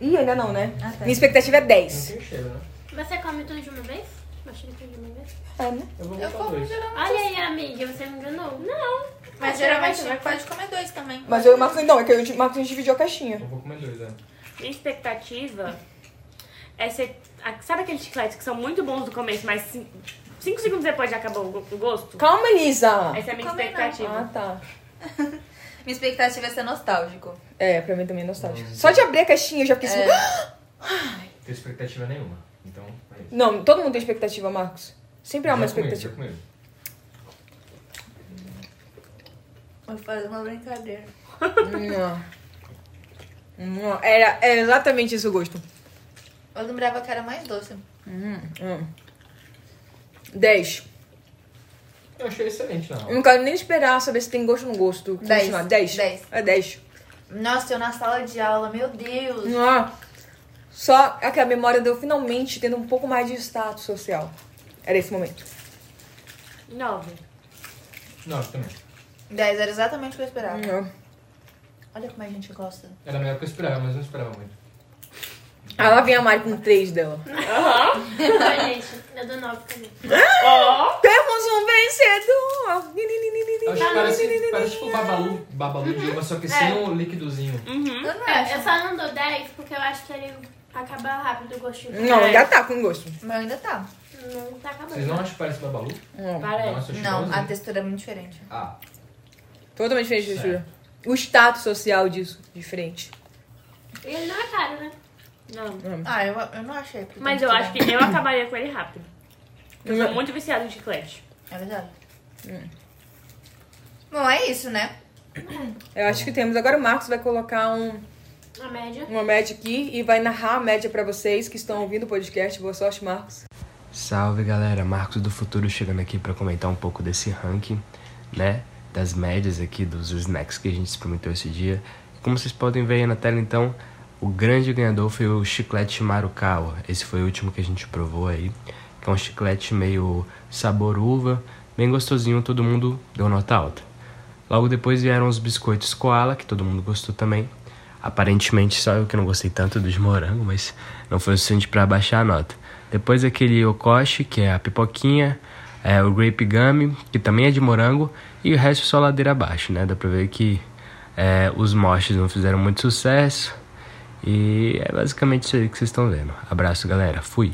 D: Ih, ainda não, né?
H: Ah, tá.
D: Minha expectativa é
F: Não
D: 10.
F: tem cheiro, né?
G: Você come tudo de uma vez? Imagina tudo de uma vez.
D: É, né?
F: Eu vou botar dois.
G: Olha aí, amiga, você me enganou. Não.
H: Mas geralmente pode comer dois também.
D: Mas eu e o Marcos. Não, é que eu e o Marcos a gente dividiu a caixinha.
F: Eu vou comer dois, né?
B: Minha expectativa é ser. a- Sabe aqueles chicletes que são muito bons no começo, mas 5 segundos depois já acabou o go- o gosto?
D: Calma, Elisa!
B: Essa é a minha
H: Come
B: expectativa.
D: Ah, tá.
H: Minha expectativa é ser nostálgico.
D: É, pra mim também é nostálgico. Só de abrir a caixinha eu já fiquei assim.
F: Não tenho expectativa nenhuma. Então, é isso.
D: Não, todo mundo tem expectativa, Marcos. Sempre há uma
F: Já comi, já
D: expectativa.
F: comi.
H: Vou fazer uma brincadeira.
D: Não. Não, Era, era exatamente esse o gosto.
H: Eu lembrava que era mais doce.
D: Hum. 10.
F: Eu achei excelente, não.
D: Eu não quero nem esperar saber se tem gosto ou não gosto.
H: Dez.
D: 10.
H: Dez.
D: É 10.
H: Nossa, eu na sala de aula, meu Deus.
D: Só é que a memória deu finalmente tendo um pouco mais de status social. Era esse momento.
B: 9.
F: Não, também.
H: 10 era exatamente o que eu esperava.
D: Não.
H: Olha como a gente gosta.
F: Era melhor que eu esperava, mas não esperava muito.
D: Ah, lá vem a Mari com 3 dela.
G: Não, gente, eu dou nove também.
D: Temos um vencedor!
F: Eu acho que parece, parece tipo babalu, babalu de uva, só que sem o líquidozinho.
H: Eu não
G: É,
H: acho.
G: eu só não dou 10 porque eu acho que ele acaba rápido o gostinho.
D: Não, ainda tá com gosto.
H: Mas ainda tá.
G: Não tá acabando.
F: Vocês não acham que parece babalu?
B: Parece.
F: Nossa,
H: Não,
F: cheiroso,
H: a
F: né?
H: textura é muito diferente.
F: Ah,
D: Totalmente diferente da textura. O status social disso, diferente.
G: Ele não é caro, né?
B: Não.
D: Hum.
H: Ah, eu, eu não achei. porque tá
B: Mas
H: tem
B: eu acho
H: textura.
B: que eu acabaria com ele rápido. Eu
D: Hum.
B: sou muito viciada em chiclete.
H: É verdade. Bom, é isso, né?
D: Eu acho que temos. Agora o Marcos vai colocar um,
G: A média.
D: uma média aqui e vai narrar a média pra vocês que estão ouvindo o podcast. Boa sorte, Marcos.
K: Salve galera, Marcos do Futuro chegando aqui para comentar um pouco desse ranking, né? Das médias aqui dos snacks que a gente experimentou esse dia. Como vocês podem ver aí na tela, então, o grande ganhador foi o chiclete Marukawa. Esse foi o último que a gente provou aí, que é um chiclete meio sabor uva, bem gostosinho, todo mundo deu nota alta. Logo depois vieram os biscoitos Koala, que todo mundo gostou também. Aparentemente só eu que não gostei tanto dos morangos, mas não foi o suficiente para baixar a nota. Depois aquele Okoshi, que é a pipoquinha, é, o Grape Gummy, que também é de morango, e o resto só ladeira abaixo, né? Dá pra ver que é, os moches não fizeram muito sucesso. E é basicamente isso aí que vocês estão vendo. Abraço, galera. Fui.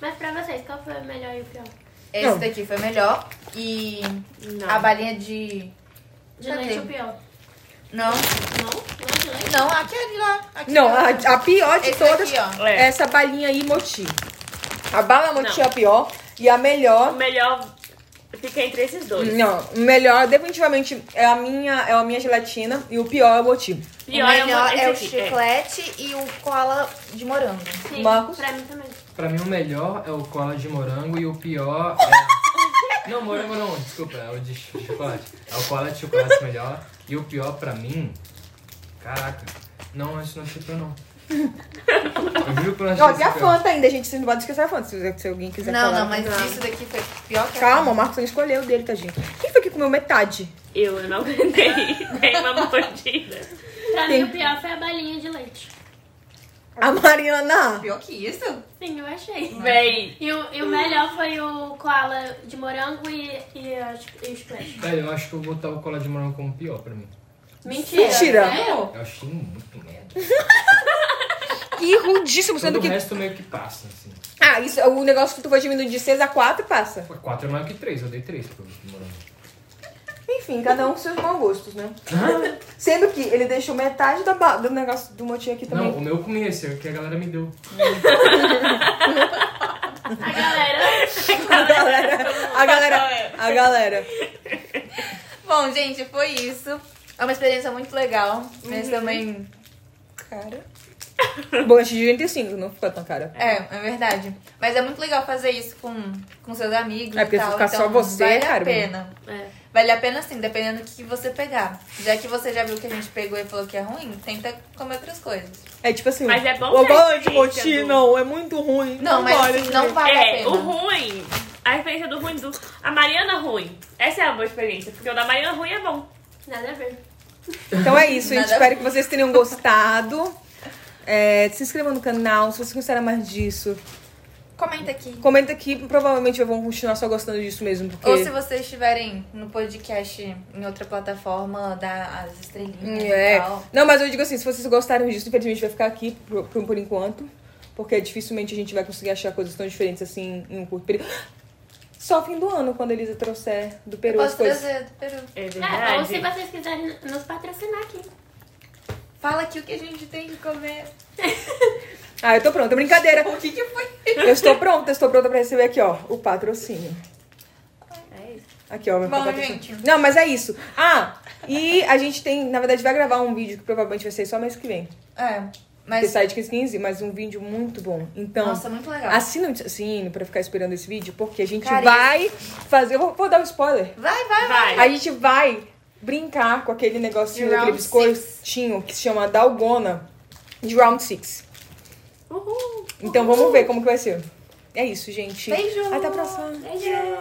G: Mas pra vocês, qual foi o melhor e o pior?
H: Esse daqui foi melhor. E
B: Não.
H: a balinha de.
G: De
H: Cadê?
G: leite o pior.
H: Não,
G: Não? Não de leite?
H: não, aqui é de lá. Aqui
D: Não,
H: é
D: a,
H: lá.
D: a pior de
H: Esse
D: todas
H: daqui, ó.
D: é
B: É.
D: essa balinha aí, moti. A bala moti
B: Não.
D: é a pior e a
B: O
D: melhor.
B: melhor fica entre esses
H: Hum.
B: dois.
D: Não, o melhor definitivamente é a minha, é a minha gelatina e o pior é o moti.
B: Pior
H: o melhor
B: é,
H: é,
B: uma,
H: o
B: esse aqui.
H: chiclete e o cola de morango.
G: Sim,
D: Marcos?
G: Pra mim também.
F: Pra mim o melhor é o cola de morango e o pior é. Não, morango não, desculpa, é o de ch- chocolate. É o cola de chocolate melhor. E o pior pra mim. Caraca. Não, isso não é chupou não. Eu juro que eu não achei
D: Ó, tem
F: esse
D: a
F: pior.
D: Fanta ainda, gente. Vocês não podem esquecer a Fanta, se, se alguém quiser
H: Não,
D: falar.
H: não, mas isso daqui foi pior que a
D: Calma, o Marcos não escolheu o dele, tadinho. Quem foi que comeu metade?
B: É, Eu, eu não aguentei. Dei uma mordida.
G: Pra mim o pior foi a balinha de leite.
D: A Mariana.
H: Pior que isso?
G: Sim, eu achei.
B: Véi.
G: E o, e o melhor foi o koala de morango e, e, a ch- e o chiclete.
F: Velho, eu acho que eu vou botar o cola de morango como pior pra mim.
G: Mentira.
D: Mentira.
H: né?
G: sério?
F: Eu achei muito merda.
D: Que rudíssimo,
F: Todo
D: sendo
F: o
D: que.
F: resto meio que passa, assim.
D: Ah, isso, o negócio que tu foi diminuindo de 6 a 4 passa.
F: 4 é maior que 3, eu dei 3 pro morango.
D: Enfim, cada um com seus maus gostos, né? Sendo que ele deixou metade da ba- do negócio do motinho aqui também.
F: Não, o meu eu comi esse, é o que a galera me deu.
G: A galera.
D: A galera, a galera, a galera.
H: Bom, gente, foi isso. É uma experiência muito legal.
D: Uhum.
H: Mas também. Cara.
D: Bom, antes de 35, não ficou tão cara.
H: É, é verdade. Mas é muito legal fazer isso com, com seus amigos.
D: É, porque
H: e tal,
D: se ficar
H: então
D: só você,
H: vale
D: cara,
H: a pena.
B: É.
H: Vale a pena sim, dependendo do que você pegar. Já que você já viu que a gente pegou e falou que é ruim, tenta comer outras coisas.
D: É tipo assim,
B: Mas é bom
D: o
B: ter a
D: bolo de
B: experiência
D: moti,
B: do-
D: não, é muito ruim.
H: Não, mas
D: vale,
H: assim,
D: gente.
H: não vale a
B: É,
H: pena.
B: o ruim. A experiência do ruim do. A Mariana ruim. Essa é a boa experiência, porque o da Mariana ruim é bom.
G: Nada a ver.
D: Então é isso, gente.
H: Nada a
D: Espero que vocês tenham gostado. É, se inscreva no canal, se vocês gostaram mais disso.
H: Comenta aqui.
D: Comenta aqui, provavelmente eu vou continuar só gostando disso mesmo, porque...
H: Ou se vocês estiverem no podcast em outra plataforma, dá as estrelinhas
D: É.
H: e tal.
D: Não, mas eu digo assim, se vocês gostaram disso, infelizmente vai ficar aqui por, um por, por enquanto. Porque dificilmente a gente vai conseguir achar coisas tão diferentes assim em um curto período. Só fim do ano, quando a Elisa trouxer do Peru as
H: Posso
D: coisas.
H: trazer do Peru.
B: É
G: É, ou se
B: verdade.
G: vocês quiserem nos patrocinar aqui.
H: Fala aqui o que a gente tem que comer.
D: Ah, eu tô pronta, brincadeira.
H: O que que foi?
D: Eu estou pronta, eu estou pronta pra receber aqui, ó, o patrocínio.
B: É isso.
D: Aqui, ó. meu
H: Bom,
D: patrocínio.
H: gente.
D: Não, mas é isso. Ah, e a gente tem, na verdade, vai gravar um vídeo que provavelmente vai sair só mês que vem.
H: É,
D: Porque
H: mas...
D: sai de 15, 15, mas um vídeo muito bom. Então,
H: Nossa, muito legal.
D: assina o sino pra ficar esperando esse vídeo, porque a gente
H: Tá. Cara,
D: vai fazer... Eu vou, vou dar um spoiler.
H: Vai, vai, vai.
B: Vai.
D: A gente vai brincar com aquele negocinho,
H: De
D: aquele
H: round
D: biscoitinho que se chama Dalgona de Round 6.
B: Uhul.
D: Então, vamos ver como que vai ser. É isso, gente.
H: Beijo.
D: Até a próxima.
H: Beijo.